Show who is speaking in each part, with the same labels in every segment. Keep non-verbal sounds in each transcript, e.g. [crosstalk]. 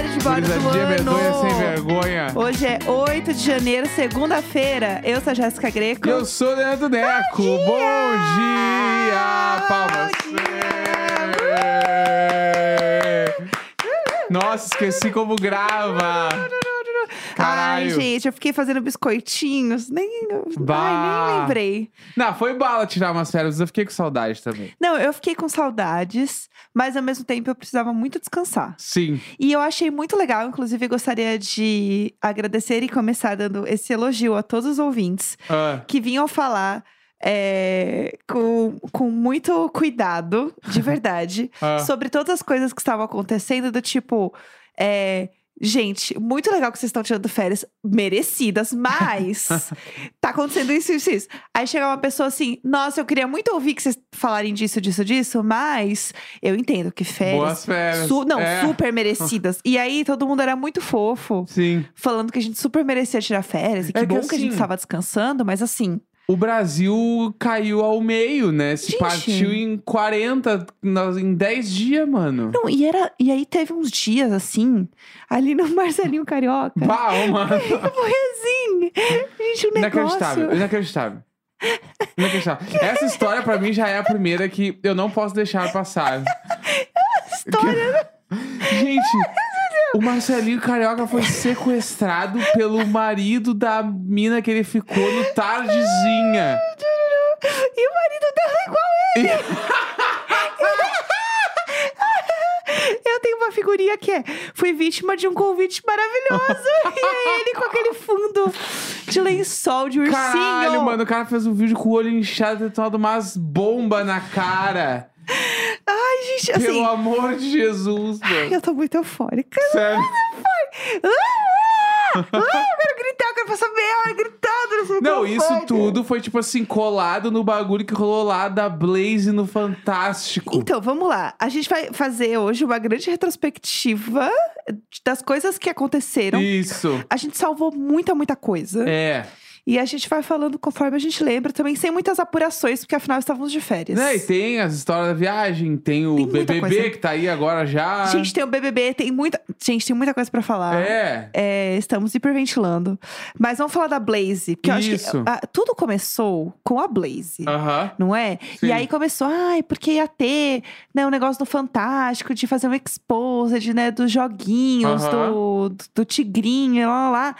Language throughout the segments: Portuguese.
Speaker 1: Risadinha,
Speaker 2: Plano.
Speaker 1: medonha, sem vergonha.
Speaker 2: Hoje é 8 de janeiro, segunda-feira. Eu sou a Jéssica Greco.
Speaker 1: E Eu sou o Leandro Neco. Bom dia, palmas.
Speaker 2: Bom
Speaker 1: Nossa, esqueci como grava.
Speaker 2: Ai,
Speaker 1: Caralho.
Speaker 2: gente, eu fiquei fazendo biscoitinhos. Nem,
Speaker 1: Bah.
Speaker 2: ai, nem lembrei.
Speaker 1: Não, foi bala tirar umas férias, eu fiquei com saudade também.
Speaker 2: Não, eu fiquei com saudades, mas ao mesmo tempo eu precisava muito descansar.
Speaker 1: Sim,
Speaker 2: E eu achei muito legal, inclusive gostaria de agradecer e começar dando esse elogio a todos os ouvintes
Speaker 1: ah,
Speaker 2: que vinham falar é, com, com muito cuidado, de verdade,
Speaker 1: ah,
Speaker 2: sobre todas as coisas que estavam acontecendo, do tipo. é, Gente, muito legal que vocês estão tirando férias merecidas,
Speaker 1: [laughs]
Speaker 2: mas tá acontecendo isso, isso, isso. Aí chega uma pessoa assim: nossa, eu queria muito ouvir que vocês falarem disso, disso, disso, mas eu entendo que férias.
Speaker 1: boas férias.
Speaker 2: su- não,
Speaker 1: É,
Speaker 2: super merecidas. E aí todo mundo era muito fofo,
Speaker 1: Sim.
Speaker 2: falando que a gente super merecia tirar férias e que
Speaker 1: É que
Speaker 2: bom que a gente
Speaker 1: assim-
Speaker 2: estava descansando, mas assim,
Speaker 1: O Brasil caiu ao meio, né? Se
Speaker 2: Gente.
Speaker 1: partiu em 40, na- em 10 dias, mano.
Speaker 2: Não, e, era, e aí teve uns dias assim, ali no [laughs] Marcelinho Carioca.
Speaker 1: Bah, ô, mano.
Speaker 2: Foi assim. Gente, o
Speaker 1: Inacreditável,
Speaker 2: negócio.
Speaker 1: inacreditável. Inacreditável. Essa história, pra mim, já é a primeira que eu não posso deixar passar.
Speaker 2: História.
Speaker 1: Gente, o Marcelinho Carioca foi sequestrado pelo marido da mina que ele ficou no Tardezinha.
Speaker 2: E o marido dela é igual a
Speaker 1: [laughs]
Speaker 2: ele. Eu tenho uma figurinha que é: fui vítima de um convite maravilhoso. e aí ele com aquele fundo de lençol de ursinho.
Speaker 1: Caralho, mano, o cara fez um vídeo com o olho inchado, tendo tomado umas bombas na cara.
Speaker 2: Ai, gente, assim.
Speaker 1: Pelo amor de Jesus, mano.
Speaker 2: Eu tô muito eufórica.
Speaker 1: Sério.
Speaker 2: Ah, ah, eu quero gritar, eu quero passar meia hora gritando. nesse
Speaker 1: Não,
Speaker 2: microfone.
Speaker 1: isso tudo foi, tipo assim, colado no bagulho que rolou lá da Blaze no Fantástico.
Speaker 2: Então, vamos lá. A gente vai fazer hoje uma grande retrospectiva das coisas que aconteceram.
Speaker 1: Isso.
Speaker 2: A gente salvou muita, muita coisa.
Speaker 1: É.
Speaker 2: E a gente vai falando conforme a gente lembra também, sem muitas apurações, porque afinal estávamos de férias.
Speaker 1: Né, e tem as histórias da viagem, tem o
Speaker 2: Tem muita
Speaker 1: BBB
Speaker 2: coisa.
Speaker 1: que tá aí agora já.
Speaker 2: Gente, tá. tem o BBB, tem muita. Gente, tem muita coisa pra falar.
Speaker 1: É.
Speaker 2: É, estamos hiperventilando. Mas vamos falar da Blaze. Porque eu
Speaker 1: Isso.
Speaker 2: acho que ah, tudo começou com a Blaze.
Speaker 1: Aham.
Speaker 2: Não é?
Speaker 1: Sim.
Speaker 2: E aí começou, ai, porque ia ter né, um negócio do Fantástico, de fazer um exposed, né, dos joguinhos,
Speaker 1: Aham.
Speaker 2: do, do, do tigrinho, e lá, lá, lá.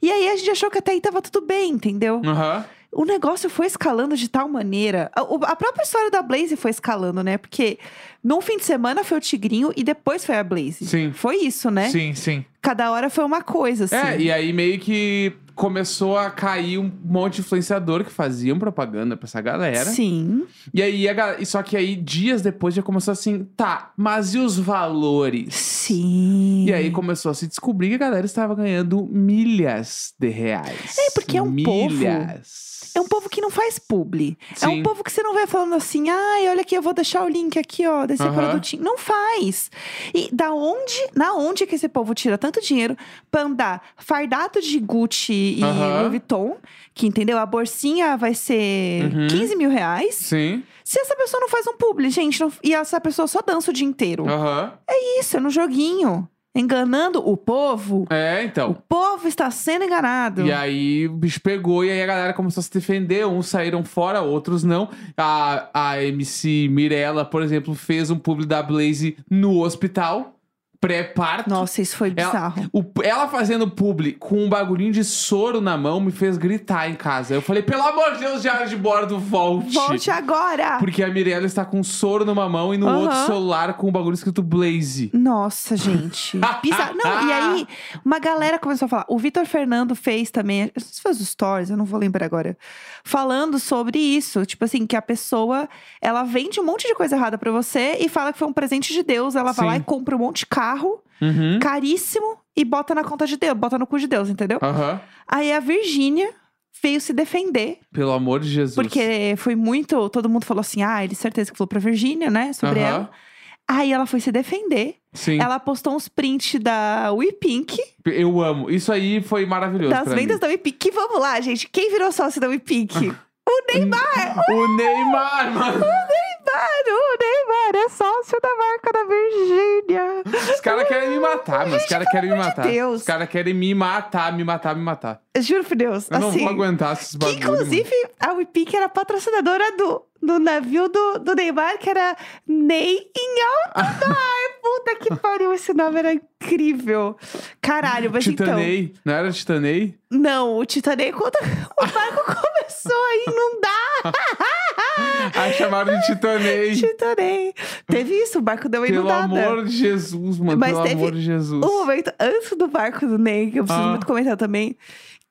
Speaker 2: E aí a gente achou que até aí tava tudo bem, entendeu?
Speaker 1: Aham.
Speaker 2: O negócio foi escalando de tal maneira. A, o- a própria história da Blaze foi escalando, né? Porque num fim de semana foi o Tigrinho e depois foi a Blaze.
Speaker 1: Sim.
Speaker 2: Foi isso, né?
Speaker 1: Sim, sim.
Speaker 2: Cada hora foi uma coisa, assim.
Speaker 1: É, e aí meio que começou a cair um monte de influenciador que faziam propaganda pra essa galera.
Speaker 2: Sim.
Speaker 1: E aí, a ga- e só que aí, dias depois, já começou assim, tá, mas e os valores?
Speaker 2: Sim.
Speaker 1: E aí começou a se descobrir que a galera estava ganhando milhas de reais.
Speaker 2: É, porque é um povo.
Speaker 1: milhas.
Speaker 2: É um povo que não faz publi. É
Speaker 1: Sim.
Speaker 2: um povo que você não vê falando assim, ai, olha aqui, eu vou deixar o link aqui, ó, desse
Speaker 1: Aham.
Speaker 2: produtinho. Não faz. E da onde, na onde é que esse povo tira tanto dinheiro pra andar fardado de Gucci e
Speaker 1: Aham.
Speaker 2: Louis Vuitton, que entendeu? A bolsinha vai ser
Speaker 1: Uhum.
Speaker 2: 15 mil reais.
Speaker 1: Sim.
Speaker 2: Se essa pessoa não faz um publi, gente, não- e essa pessoa só dança o dia inteiro.
Speaker 1: Aham.
Speaker 2: Isso, é no joguinho. Enganando o povo.
Speaker 1: É, então.
Speaker 2: O povo está sendo enganado.
Speaker 1: E aí o bicho pegou e aí a galera começou a se defender. Uns saíram fora, outros não. A, a MC Mirella, por exemplo, fez um publi da Blaze no hospital, pré-parto.
Speaker 2: Nossa, isso foi
Speaker 1: Ela-
Speaker 2: bizarro.
Speaker 1: O- ela fazendo publi com um bagulhinho de soro na mão me fez gritar em casa. Eu falei, pelo amor de Deus, diário de bordo, volte.
Speaker 2: Volte agora!
Speaker 1: Porque a Mirella está com soro numa mão e no
Speaker 2: Aham.
Speaker 1: outro celular com um bagulho escrito Blaze.
Speaker 2: Nossa,
Speaker 1: [laughs]
Speaker 2: gente. Bizarro. Não, e aí, uma galera começou a falar. O Vitor Fernando fez também, eu não sei se fez os stories, eu não vou lembrar agora. Falando sobre isso. Tipo assim, que a pessoa, ela vende um monte de coisa errada pra você e fala que foi um presente de Deus. Ela vai lá
Speaker 1: Sim.
Speaker 2: e compra um monte de carro,
Speaker 1: Uhum.
Speaker 2: caríssimo, e bota na conta de Deus, bota no cu de Deus, entendeu?
Speaker 1: Aham.
Speaker 2: Aí a Virgínia veio se defender,
Speaker 1: Pelo amor de Jesus.
Speaker 2: porque é foi muito. Todo mundo falou assim: ah, ele certeza que falou pra Virgínia, né? Sobre
Speaker 1: Aham.
Speaker 2: ela. Aí ela foi se defender.
Speaker 1: Sim.
Speaker 2: Ela postou uns prints da WePink,
Speaker 1: Eu amo. Isso aí foi maravilhoso.
Speaker 2: das
Speaker 1: pra
Speaker 2: vendas da WePink. Que vamos lá, gente. Quem virou sócio
Speaker 1: Ah.
Speaker 2: da WePink? o Neymar!
Speaker 1: mim. O Neymar, mano.
Speaker 2: Mano, o Neymar! cara é sócio da marca da Virgínia.
Speaker 1: Os caras querem me matar, mano. Os caras querem me matar.
Speaker 2: Deus.
Speaker 1: Os caras querem me matar, me matar, me matar.
Speaker 2: Juro por Deus.
Speaker 1: Eu não
Speaker 2: assim,
Speaker 1: vou aguentar esses
Speaker 2: que
Speaker 1: bagulho.
Speaker 2: inclusive a WePick era patrocinadora do, do navio do, do Neymar, que era Ney em
Speaker 1: [laughs]
Speaker 2: alto mar. Puta que pariu, esse nome era incrível. Caralho,
Speaker 1: mano.
Speaker 2: mas então.
Speaker 1: Titanei. Não era Titanei?
Speaker 2: Não, o Titanei, quando o barco [laughs] começou a inundar,
Speaker 1: Ah, chamaram de
Speaker 2: [laughs]
Speaker 1: Titanei.
Speaker 2: Titanei. Teve isso, o barco deu uma
Speaker 1: Pelo
Speaker 2: inundada.
Speaker 1: amor de Jesus, mano.
Speaker 2: Mas
Speaker 1: Pelo
Speaker 2: teve
Speaker 1: amor de Jesus.
Speaker 2: Um momento antes do barco do Ney, que eu preciso
Speaker 1: Ah.
Speaker 2: muito comentar também,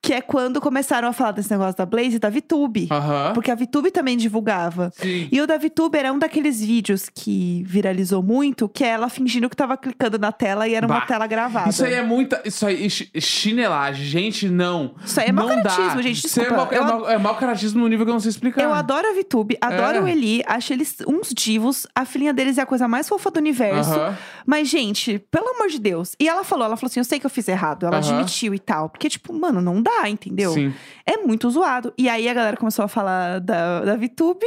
Speaker 2: que é quando começaram a falar desse negócio da Blaze e da VTube.
Speaker 1: Aham.
Speaker 2: Porque a VTube também divulgava.
Speaker 1: Sim.
Speaker 2: E o da VTube era um daqueles vídeos que viralizou muito, que é ela fingindo que tava clicando na tela e era uma
Speaker 1: Bah.
Speaker 2: tela gravada.
Speaker 1: Isso aí é muita. Isso aí, chi- chinelagem. Gente, não.
Speaker 2: Isso aí é
Speaker 1: não
Speaker 2: mau
Speaker 1: dá.
Speaker 2: caratismo, gente.
Speaker 1: Isso aí
Speaker 2: Desculpa.
Speaker 1: É
Speaker 2: Eu
Speaker 1: mau, é, mau, é mau caratismo no nível que eu não sei explicar.
Speaker 2: Eu adoro a VTube, adoro
Speaker 1: É.
Speaker 2: o Eli, acho eles uns divos. A filhinha deles é a coisa mais fofa do universo.
Speaker 1: Aham.
Speaker 2: Mas, gente, pelo amor de Deus. E ela falou, ela falou assim: eu sei que eu fiz errado. Ela
Speaker 1: Aham.
Speaker 2: admitiu e tal. Porque, tipo, mano, não dá, entendeu?
Speaker 1: Sim.
Speaker 2: É muito zoado. E aí a galera começou a falar da, da VTube.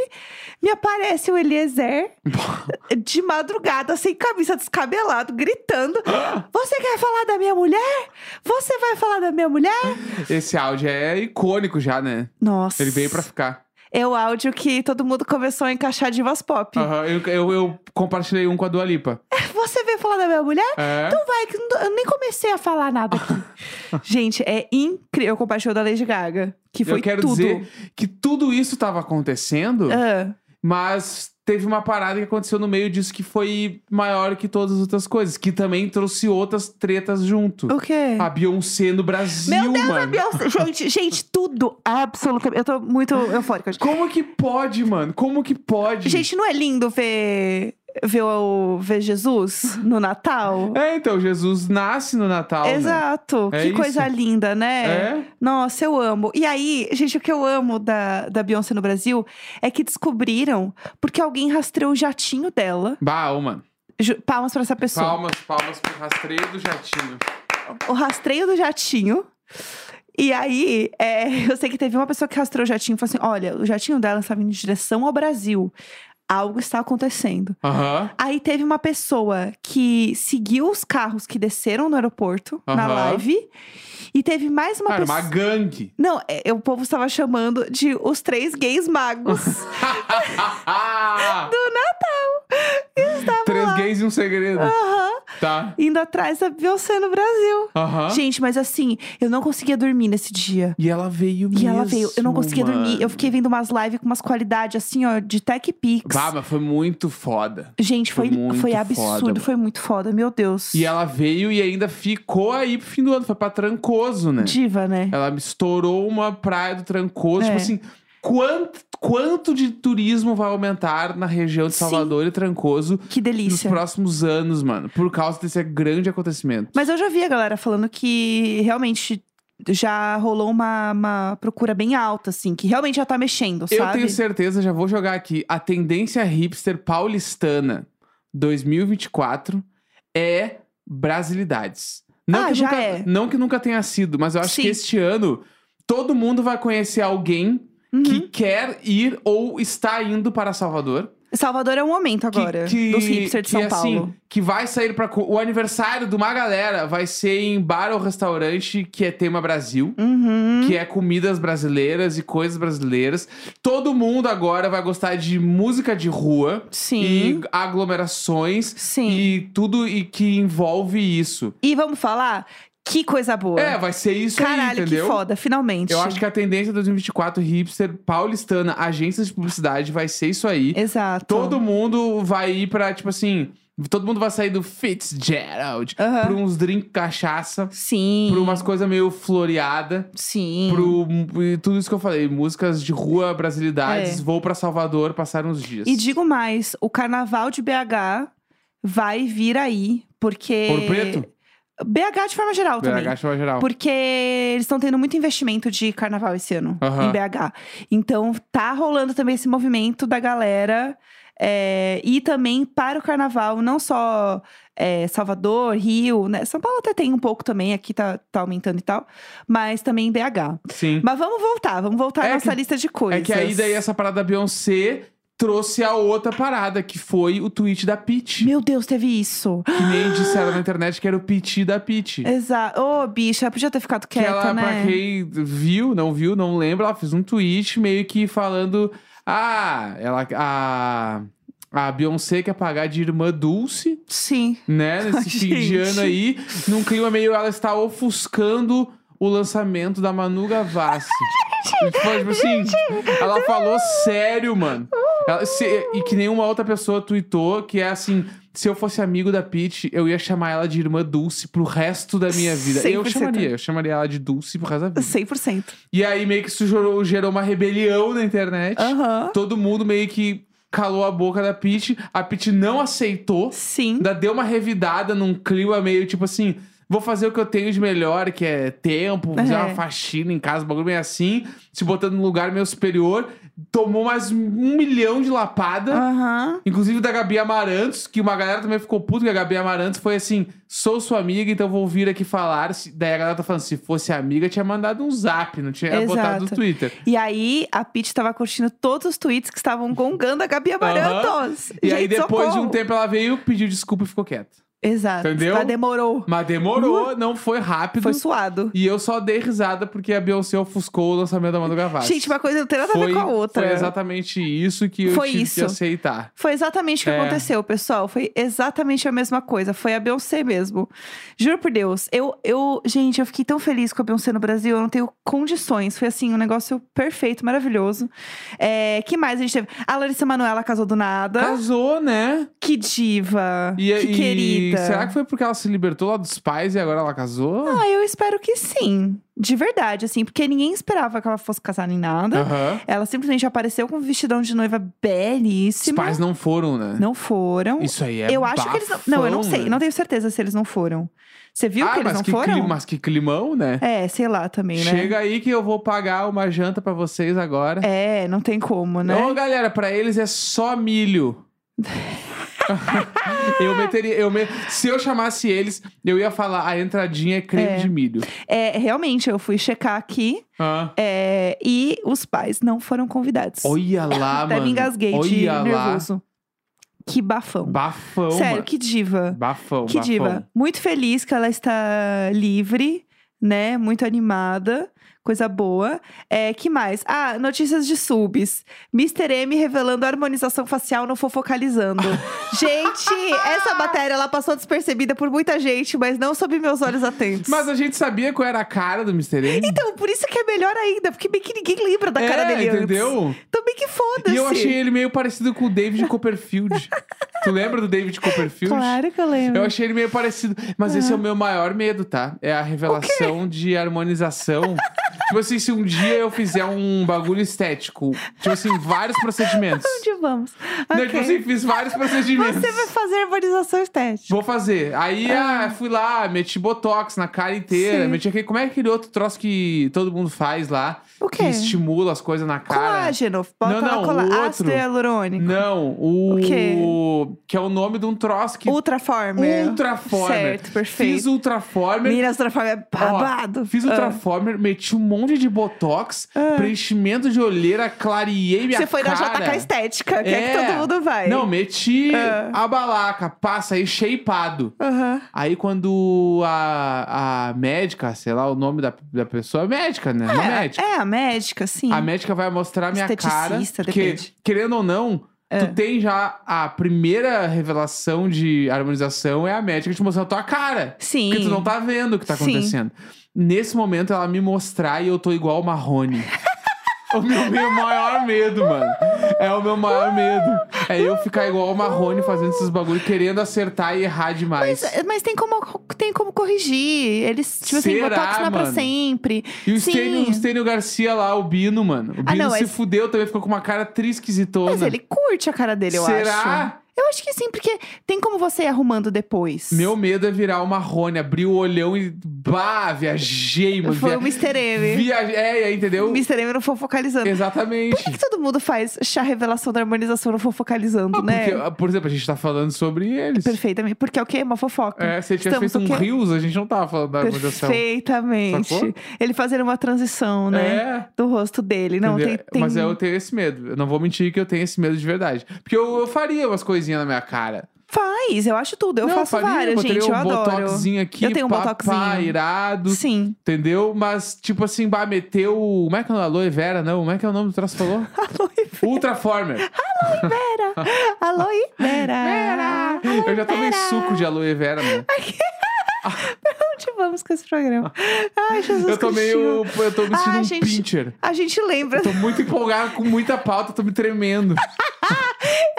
Speaker 2: Me aparece o
Speaker 1: [laughs]
Speaker 2: Eliezer de madrugada, sem camisa, descabelado,
Speaker 1: [gasps]
Speaker 2: gritando: Você quer falar da minha mulher? Você vai falar da minha mulher?
Speaker 1: Esse áudio é icônico já, né?
Speaker 2: Nossa.
Speaker 1: Ele veio pra ficar.
Speaker 2: É o áudio que todo mundo começou a encaixar divas pop.
Speaker 1: Aham, eu, eu, eu compartilhei um com a Dua Lipa.
Speaker 2: [laughs] Você veio falar da minha mulher?
Speaker 1: É.
Speaker 2: Então vai, que eu não- eu nem comecei a falar nada
Speaker 1: [laughs]
Speaker 2: aqui. Gente, é incrível. Eu compartilhei o da Lady Gaga, que foi
Speaker 1: eu quero
Speaker 2: tudo.
Speaker 1: dizer que tudo isso tava acontecendo,
Speaker 2: Ah,
Speaker 1: mas teve uma parada que aconteceu no meio disso que foi maior que todas as outras coisas, que também trouxe outras tretas junto.
Speaker 2: o quê?
Speaker 1: A Beyoncé no Brasil,
Speaker 2: Meu Deus,
Speaker 1: mano.
Speaker 2: a Beyoncé. Gente, gente, tudo absolutamente. Eu tô muito eufórica. hoje.
Speaker 1: Como que pode, mano? Como que pode?
Speaker 2: Gente, não é lindo ver, ver, o, ver Jesus no Natal?
Speaker 1: É, então, Jesus nasce no Natal. né?
Speaker 2: Exato.
Speaker 1: É
Speaker 2: que
Speaker 1: isso.
Speaker 2: coisa linda, né?
Speaker 1: É?
Speaker 2: Nossa, eu amo. E aí, gente, o que eu amo da, da Beyoncé no Brasil é que descobriram porque alguém rastreou o jatinho dela.
Speaker 1: Bah, ô, mano.
Speaker 2: Ju- Palmas pra essa pessoa.
Speaker 1: Palmas, palmas pro rastreio do jatinho.
Speaker 2: o rastreio do jatinho. E aí, é, [laughs] eu sei que teve uma pessoa que rastreou o jatinho e falou assim: olha, o jatinho dela está vindo em direção ao Brasil. Algo está acontecendo.
Speaker 1: Aham.
Speaker 2: Aí teve uma pessoa que seguiu os carros que desceram no aeroporto, na
Speaker 1: Aham.
Speaker 2: live. E teve mais uma
Speaker 1: Cara,
Speaker 2: pessoa.
Speaker 1: uma gangue.
Speaker 2: Não, é, é, o povo estava chamando de os três gays
Speaker 1: [laughs]
Speaker 2: magos. [laughs]
Speaker 1: Do
Speaker 2: Estava
Speaker 1: Três
Speaker 2: lá. Ah.
Speaker 1: gays e um segredo.
Speaker 2: Aham.
Speaker 1: Tá.
Speaker 2: Indo atrás da Beyoncé no Brasil.
Speaker 1: Aham.
Speaker 2: Gente, mas assim, eu não conseguia dormir nesse dia.
Speaker 1: E ela veio
Speaker 2: E
Speaker 1: mesmo.
Speaker 2: ela veio, eu não conseguia dormir. Eu
Speaker 1: mano.
Speaker 2: fiquei vendo umas lives com umas qualidades assim, ó, de Tech Pix.
Speaker 1: Bah, mas foi muito foda.
Speaker 2: Gente,
Speaker 1: foi
Speaker 2: foi,
Speaker 1: muito
Speaker 2: foi
Speaker 1: foda,
Speaker 2: absurdo,
Speaker 1: mano.
Speaker 2: foi muito foda, meu Deus.
Speaker 1: E ela veio e ainda ficou aí pro fim do ano. Foi pra Trancoso, né?
Speaker 2: Diva, né?
Speaker 1: Ela estourou uma praia do Trancoso.
Speaker 2: É.
Speaker 1: Tipo assim, quanto, quanto de turismo vai aumentar na região de
Speaker 2: Sim.
Speaker 1: Salvador e Trancoso
Speaker 2: Que
Speaker 1: nos
Speaker 2: delícia.
Speaker 1: próximos anos, mano? Por causa desse grande acontecimento.
Speaker 2: Mas eu já vi a galera falando que realmente já rolou uma, uma procura bem alta, assim, que realmente já tá mexendo,
Speaker 1: Eu
Speaker 2: sabe?
Speaker 1: tenho certeza, já vou jogar aqui. A tendência hipster paulistana 2024 é brasilidades. Não,
Speaker 2: Ah,
Speaker 1: que
Speaker 2: já
Speaker 1: nunca,
Speaker 2: é.
Speaker 1: não que nunca tenha sido, mas eu acho
Speaker 2: Sim.
Speaker 1: que este ano todo mundo vai conhecer alguém
Speaker 2: Uhum.
Speaker 1: que quer ir ou está indo para Salvador.
Speaker 2: Salvador é um momento
Speaker 1: Que-
Speaker 2: agora
Speaker 1: que,
Speaker 2: dos hipsters de São
Speaker 1: que, assim,
Speaker 2: Paulo.
Speaker 1: Que vai sair para o aniversário de uma galera vai ser em bar ou restaurante que é tema Brasil
Speaker 2: Uhum.
Speaker 1: que é comidas brasileiras e coisas brasileiras. Todo mundo agora vai gostar de música de rua
Speaker 2: Sim.
Speaker 1: e aglomerações
Speaker 2: Sim.
Speaker 1: e tudo e que envolve isso.
Speaker 2: E... vamos falar? Que coisa boa.
Speaker 1: É, vai ser isso aí,
Speaker 2: Caralho, que
Speaker 1: entendeu?
Speaker 2: foda, finalmente.
Speaker 1: Eu acho que a tendência 2024 hipster paulistana, agências de publicidade vai ser isso aí.
Speaker 2: Exato.
Speaker 1: Todo mundo vai ir pra, tipo assim, todo mundo vai sair do Fitzgerald
Speaker 2: Aham.
Speaker 1: pra uns drink cachaça,
Speaker 2: Sim.
Speaker 1: pra umas coisas meio floreada.
Speaker 2: Sim.
Speaker 1: pro e tudo isso que eu falei, músicas de rua, brasilidades, vou pra Salvador passar uns dias.
Speaker 2: É. E digo mais, o carnaval de BH vai vir aí, porque
Speaker 1: Ouro Preto?
Speaker 2: BH de forma geral também.
Speaker 1: BH chama geral.
Speaker 2: Porque eles estão tendo muito investimento de carnaval esse ano
Speaker 1: Aham.
Speaker 2: em BH. Então tá rolando também esse movimento da galera. é, e também para o carnaval, não só é, Salvador, Rio, né? São Paulo até tem um pouco também, aqui tá, tá aumentando e tal, mas também em BH.
Speaker 1: Sim.
Speaker 2: Mas vamos voltar, vamos voltar
Speaker 1: É
Speaker 2: à nossa
Speaker 1: que-
Speaker 2: lista de coisas.
Speaker 1: É que aí daí essa parada da Beyoncé trouxe a outra parada, que foi o tweet da Pete.
Speaker 2: Meu Deus, teve isso. [gasps]
Speaker 1: Que nem disseram na internet que era o piti da Pete.
Speaker 2: Exato. Ô, bicha, ela podia ter ficado
Speaker 1: que
Speaker 2: É, quieta,
Speaker 1: ela, pra
Speaker 2: né?
Speaker 1: quem viu, não viu, não lembra, ela fez um tweet meio que falando. Ah, ela. A, a Beyoncé quer pagar de irmã Dulce.
Speaker 2: Sim. [laughs]
Speaker 1: né? Nesse fim de
Speaker 2: Gente.
Speaker 1: ano aí, num clima meio ela está ofuscando o lançamento da Manu Gavassi. Tipo, tipo assim, ela falou sério, mano. Ela- se- e que nenhuma outra pessoa tweetou que é assim: se eu fosse amigo da Peach, eu ia chamar ela de irmã Dulce pro resto da minha vida. Eu
Speaker 2: 100%.
Speaker 1: chamaria, eu chamaria ela de Dulce pro resto da vida.
Speaker 2: 100%.
Speaker 1: E aí meio que isso gerou, gerou uma rebelião na internet.
Speaker 2: Aham.
Speaker 1: Todo mundo meio que calou a boca da Peach. A Peach não aceitou.
Speaker 2: Sim.
Speaker 1: Ainda deu uma revidada num clima meio tipo assim: vou fazer o que eu tenho de melhor, que é tempo, fazer
Speaker 2: É.
Speaker 1: uma faxina em casa, um bagulho meio assim, se botando num lugar meio superior. Tomou mais um milhão de
Speaker 2: Ah.
Speaker 1: lapada.
Speaker 2: Aham.
Speaker 1: Inclusive da Gabi Amarantos, que uma galera também ficou puta, que a Gabi Amarantos foi assim: sou sua amiga, então vou vir aqui falar. Se- Daí a galera tá falando: se fosse amiga, tinha mandado um zap, não tinha
Speaker 2: Exato.
Speaker 1: botado no Twitter.
Speaker 2: E aí, a Pete tava curtindo todos os tweets que estavam gongando a Gabi Amarantos.
Speaker 1: E aí
Speaker 2: Gente,
Speaker 1: depois de um
Speaker 2: socorro.
Speaker 1: tempo ela veio, pediu desculpa e ficou quieta.
Speaker 2: Exato.
Speaker 1: Entendeu? Uhum.
Speaker 2: Ela demorou.
Speaker 1: Mas demorou, não foi rápido.
Speaker 2: Foi suado.
Speaker 1: E eu só dei risada porque a Beyoncé ofuscou o lançamento da Manu Gavassi.
Speaker 2: Gente, uma coisa não tem nada a
Speaker 1: foi,
Speaker 2: ver com a outra.
Speaker 1: Foi exatamente isso que eu
Speaker 2: Foi
Speaker 1: tive que
Speaker 2: isso.
Speaker 1: aceitar.
Speaker 2: Foi exatamente o que
Speaker 1: É.
Speaker 2: aconteceu, pessoal. Foi exatamente a mesma coisa. Foi a Beyoncé mesmo. Juro por Deus. Eu, eu, gente, eu fiquei tão feliz com a Beyoncé no Brasil. Eu não tenho condições. Foi assim, um negócio perfeito, maravilhoso. É, que mais a gente teve? A Larissa Manoela casou do nada.
Speaker 1: Casou, né?
Speaker 2: Que diva.
Speaker 1: Ah. E, é
Speaker 2: que
Speaker 1: e
Speaker 2: querida.
Speaker 1: será que foi porque ela se libertou lá dos pais e agora ela casou?
Speaker 2: Ah, eu espero que sim. De verdade, assim, porque ninguém esperava que ela fosse casar nem nada.
Speaker 1: Aham.
Speaker 2: Ela simplesmente apareceu com um vestidão de noiva
Speaker 1: Os
Speaker 2: belíssimo.
Speaker 1: pais não foram, né?
Speaker 2: Não foram.
Speaker 1: Isso aí é
Speaker 2: eu acho que eles não. Não, eu não
Speaker 1: bafão,
Speaker 2: sei.
Speaker 1: né?
Speaker 2: Não tenho certeza se eles não foram. Você viu
Speaker 1: ah,
Speaker 2: que eles
Speaker 1: mas
Speaker 2: não
Speaker 1: que
Speaker 2: foram?
Speaker 1: cli- mas que climão, né?
Speaker 2: É, sei lá também, né?
Speaker 1: Chega aí que eu vou pagar uma janta pra vocês agora.
Speaker 2: É, não tem como, né?
Speaker 1: Não, galera, pra eles é
Speaker 2: [laughs]
Speaker 1: só milho. eu meteria. Eu me... Se eu chamasse eles, eu ia falar: a entradinha é creme
Speaker 2: É.
Speaker 1: de milho.
Speaker 2: É, realmente, eu fui checar aqui
Speaker 1: Ah.
Speaker 2: é, e os pais não foram convidados.
Speaker 1: Olha lá,
Speaker 2: Até
Speaker 1: mano.
Speaker 2: me engasguei
Speaker 1: Olha
Speaker 2: de
Speaker 1: lá.
Speaker 2: nervoso. Que bafão.
Speaker 1: Bafão.
Speaker 2: Sério,
Speaker 1: mano.
Speaker 2: que diva.
Speaker 1: Bafão,
Speaker 2: Que
Speaker 1: bafão.
Speaker 2: diva. Muito feliz que ela está livre, né? Muito animada. Coisa boa. É, que mais? Ah, notícias de subs. Mr. M revelando harmonização facial no
Speaker 1: [laughs]
Speaker 2: Fofocalizando. gente, essa matéria, ela passou despercebida por muita gente, mas não sob meus olhos atentos.
Speaker 1: Mas a gente sabia qual era a cara do Mr. M.
Speaker 2: Então, por isso que é melhor ainda, porque bem que ninguém lembra da cara
Speaker 1: é,
Speaker 2: dele antes.
Speaker 1: entendeu?
Speaker 2: Então bem que foda-se.
Speaker 1: E eu achei ele meio parecido com o David
Speaker 2: [laughs]
Speaker 1: Copperfield. tu lembra do David Copperfield?
Speaker 2: Claro que eu lembro.
Speaker 1: Eu achei ele meio parecido. Mas esse é o meu maior medo, tá? É a revelação de harmonização. tipo assim, se um dia eu fizer um bagulho estético, tipo assim, vários procedimentos.
Speaker 2: Onde vamos?
Speaker 1: Não,
Speaker 2: Um Ok.
Speaker 1: tipo assim, fiz vários procedimentos.
Speaker 2: Você vai fazer harmonização estética.
Speaker 1: Vou fazer. Aí, ah, fui lá, meti botox na cara inteira.
Speaker 2: Sim.
Speaker 1: Meti aquele. Como é aquele outro troço que todo mundo faz lá?
Speaker 2: O
Speaker 1: Que
Speaker 2: quê?
Speaker 1: estimula as coisas na cara.
Speaker 2: Colágeno. Bota
Speaker 1: Não,
Speaker 2: lá
Speaker 1: não,
Speaker 2: colá-
Speaker 1: o outro.
Speaker 2: ácido hialurônico.
Speaker 1: Não, o.
Speaker 2: O quê?
Speaker 1: Que é o nome de um troço que.
Speaker 2: Ultraformer.
Speaker 1: Ultraformer.
Speaker 2: Certo, perfeito.
Speaker 1: Fiz Ultraformer.
Speaker 2: Minas Ultraformer é
Speaker 1: Ó,
Speaker 2: babado.
Speaker 1: Fiz o
Speaker 2: Ah.
Speaker 1: Transformer, meti um monte de botox, preenchimento de olheira, clareei minha
Speaker 2: Você foi
Speaker 1: cara.
Speaker 2: na JK Estética, que é. que todo mundo vai.
Speaker 1: Não, meti
Speaker 2: Ah.
Speaker 1: a balaca, passa aí, shapeado.
Speaker 2: Aham.
Speaker 1: Aí quando a, a médica, sei lá o nome da, da pessoa, é médica, né? Não é médica.
Speaker 2: É, a médica, sim.
Speaker 1: A médica vai mostrar minha cara.
Speaker 2: Esteticista,
Speaker 1: Porque,
Speaker 2: depende. Ah.
Speaker 1: querendo ou não, tu tem já a primeira revelação de harmonização é a médica te mostrando a tua cara.
Speaker 2: Sim.
Speaker 1: Porque tu não tá vendo o que tá
Speaker 2: Sim.
Speaker 1: acontecendo. Nesse momento, ela me mostrar e eu tô igual o Marrone. o meu, meu maior medo, mano. É o meu maior medo. É eu ficar igual o Marrone fazendo esses bagulho, querendo acertar e errar demais.
Speaker 2: Mas, eh, mas tem, como, tem como corrigir. Eles, tipo assim,
Speaker 1: Será,
Speaker 2: botox não é pra
Speaker 1: mano?
Speaker 2: sempre.
Speaker 1: E o
Speaker 2: Sim. Ah,
Speaker 1: Stênio, o Stênio Garcia lá, o Bino, mano. O Bino
Speaker 2: não,
Speaker 1: se
Speaker 2: mas-
Speaker 1: fudeu também, ficou com uma cara tri esquisitona.
Speaker 2: Mas ele curte a cara dele, eu
Speaker 1: Será?
Speaker 2: acho. Eu acho que sim, porque tem como você ir arrumando depois.
Speaker 1: Meu medo é virar uma Rony, abrir o olhão e. Bah, viajei, mano.
Speaker 2: Foi né? o
Speaker 1: via-
Speaker 2: Mr. M.
Speaker 1: viajei. É, é, entendeu?
Speaker 2: O Mr. M não foi focalizando.
Speaker 1: Exatamente.
Speaker 2: Por que, que todo mundo faz chá revelação da harmonização não for focalizando,
Speaker 1: Ah,
Speaker 2: né?
Speaker 1: porque, ah, por exemplo, a gente tá falando sobre eles.
Speaker 2: Perfeitamente. Porque é o quê? Uma fofoca.
Speaker 1: É, se ele tivesse
Speaker 2: Estamos
Speaker 1: feito um
Speaker 2: o quê?
Speaker 1: Rios, a gente não tava falando da harmonização.
Speaker 2: Perfeitamente.
Speaker 1: Sacou?
Speaker 2: Ele fazendo uma transição, né?
Speaker 1: É.
Speaker 2: Do rosto dele. Não, tem,
Speaker 1: entendeu?
Speaker 2: tem.
Speaker 1: Mas é eu tenho esse medo. Eu não vou mentir que eu tenho esse medo de verdade. Porque eu, eu faria umas coisinhas na minha cara.
Speaker 2: Faz, eu acho tudo. Eu
Speaker 1: não,
Speaker 2: faço
Speaker 1: faria,
Speaker 2: várias,
Speaker 1: botaria
Speaker 2: gente. Eu
Speaker 1: um
Speaker 2: adoro.
Speaker 1: botoxinho aqui,
Speaker 2: Eu tenho um
Speaker 1: papá,
Speaker 2: botoxinho.
Speaker 1: irado, [laughs]
Speaker 2: Sim.
Speaker 1: entendeu? Mas, tipo assim, bah, meteu... Como é que é o nome? Aloe Vera, não? Como é que é o nome do troço
Speaker 2: [laughs]
Speaker 1: que falou? Ultraformer.
Speaker 2: Aloe Vera.
Speaker 1: Vera! Eu já tomei suco de aloe vera, mano.
Speaker 2: Onde vamos com esse programa? Ai, Jesus
Speaker 1: Eu tomei
Speaker 2: Cristinho.
Speaker 1: o... Eu tô me sentindo
Speaker 2: Ah,
Speaker 1: um
Speaker 2: gente.
Speaker 1: pincher.
Speaker 2: A gente lembra.
Speaker 1: Tô muito empolgado, com muita pauta, tô me
Speaker 2: [laughs]
Speaker 1: tremendo.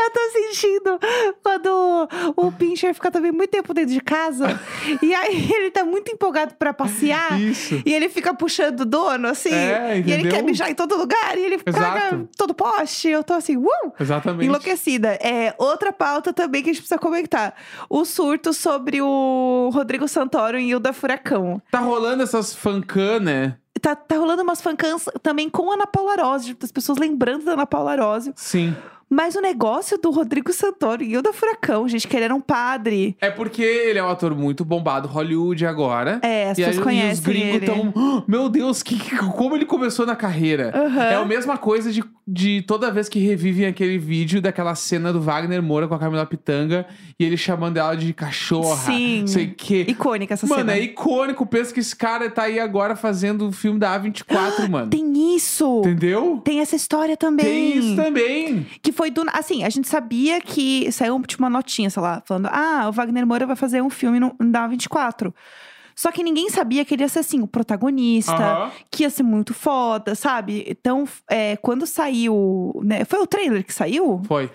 Speaker 2: Eu tô sentindo quando o Pincher fica também muito tempo dentro de casa. e aí ele tá muito empolgado pra passear.
Speaker 1: Isso.
Speaker 2: E ele fica puxando o dono, assim.
Speaker 1: É,
Speaker 2: e ele
Speaker 1: entendeu?
Speaker 2: quer mijar em todo lugar. E ele caga
Speaker 1: Exato.
Speaker 2: todo poste. Eu tô assim, uau!
Speaker 1: Exatamente.
Speaker 2: Enlouquecida. É, outra pauta também que a gente precisa comentar. O surto sobre o Rodrigo Santoro e Hilda Furacão.
Speaker 1: Tá rolando essas fancam, né?
Speaker 2: Tá, tá rolando umas fancans também com a Ana Paula Arósio. As pessoas lembrando da Ana Paula Arósio.
Speaker 1: Sim.
Speaker 2: Mas o negócio é do Rodrigo Santoro e Hilda Furacão, gente, que ele era um padre.
Speaker 1: É porque ele é um ator muito bombado, Hollywood agora.
Speaker 2: É, as
Speaker 1: e, aí,
Speaker 2: pessoas conhecem
Speaker 1: e os gringos
Speaker 2: ele.
Speaker 1: tão. "Ah, Meu Deus, que, que- como ele começou na carreira?
Speaker 2: Aham.
Speaker 1: É a mesma coisa de, de toda vez que revivem aquele vídeo daquela cena do Wagner Moura com a Camila Pitanga e ele chamando ela de cachorra.
Speaker 2: Sim.
Speaker 1: não Sei o quê.
Speaker 2: Icônica essa
Speaker 1: Mano,
Speaker 2: cena.
Speaker 1: é icônico. Pensa que esse cara tá aí agora fazendo o filme da
Speaker 2: [gasps]
Speaker 1: A24, mano.
Speaker 2: Tem isso! Tem...
Speaker 1: Entendeu?
Speaker 2: essa história também.
Speaker 1: Tem isso também.
Speaker 2: Que foi do. Assim, a gente sabia que saiu tipo, uma notinha, sei lá, falando: ah, o Wagner Moura vai fazer um filme no, da 24. Só que ninguém sabia que ele ia ser assim, o protagonista,
Speaker 1: Aham.
Speaker 2: que ia ser muito foda, sabe? Então, é, quando saiu. né, Foi o trailer que saiu?
Speaker 1: Foi.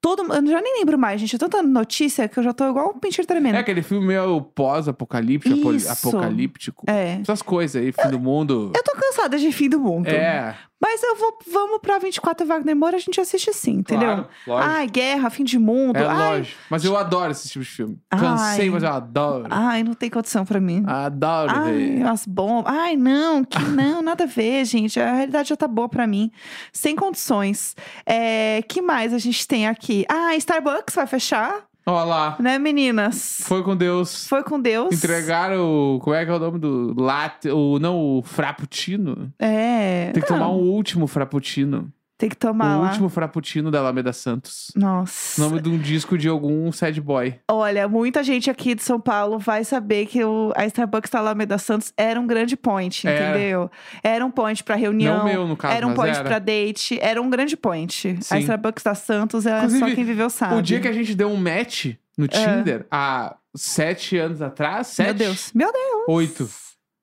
Speaker 2: Todo, eu já nem lembro mais, gente. É tanta notícia que eu já tô igual um pincher tremendo.
Speaker 1: É aquele filme meio pós-apocalíptico, apo-
Speaker 2: Isso.
Speaker 1: apocalíptico.
Speaker 2: É.
Speaker 1: Essas coisas aí, fim do mundo.
Speaker 2: Eu tô cansada de fim do mundo.
Speaker 1: É,
Speaker 2: Mas eu vou. Vamos pra 24 Wagner Moura, a gente assiste sim, entendeu?
Speaker 1: claro, lógico.
Speaker 2: Ai, guerra, fim de mundo.
Speaker 1: é
Speaker 2: ai,
Speaker 1: lógico. Mas eu adoro esse tipo de filme.
Speaker 2: Ai.
Speaker 1: Cansei, mas eu adoro.
Speaker 2: ai, não tem condição pra mim.
Speaker 1: Adoro
Speaker 2: Ai,
Speaker 1: ver.
Speaker 2: umas bombas. Ai, não,
Speaker 1: [laughs]
Speaker 2: que não, nada a ver, gente. A realidade já tá boa pra mim. Sem condições. É, que mais a gente tem aqui? Ah, Starbucks vai fechar,
Speaker 1: Olha lá.
Speaker 2: né, meninas?
Speaker 1: Foi com Deus.
Speaker 2: Foi com Deus.
Speaker 1: Entregaram o. Como é que é o nome do. Latte. O, não, o Frappuccino.
Speaker 2: É.
Speaker 1: Tem que
Speaker 2: não,
Speaker 1: tomar um último Frappuccino.
Speaker 2: Tem que tomar
Speaker 1: o
Speaker 2: lá.
Speaker 1: último Frappuccino da Alameda Santos.
Speaker 2: Nossa.
Speaker 1: Nome de um disco de algum sad boy.
Speaker 2: Olha, muita gente aqui de São Paulo vai saber que o, a Starbucks tá da Alameda Santos era um grande point,
Speaker 1: Era.
Speaker 2: entendeu? Era um point pra reunião.
Speaker 1: É. não meu, no caso,
Speaker 2: era um
Speaker 1: mas
Speaker 2: point
Speaker 1: era.
Speaker 2: pra date, era um grande point.
Speaker 1: Sim.
Speaker 2: A Starbucks da Santos é só
Speaker 1: Inclusive,
Speaker 2: quem viveu sabe.
Speaker 1: O dia que a gente deu um match no Tinder, há sete anos atrás, sete,
Speaker 2: É. Meu Deus, meu Deus.
Speaker 1: oito,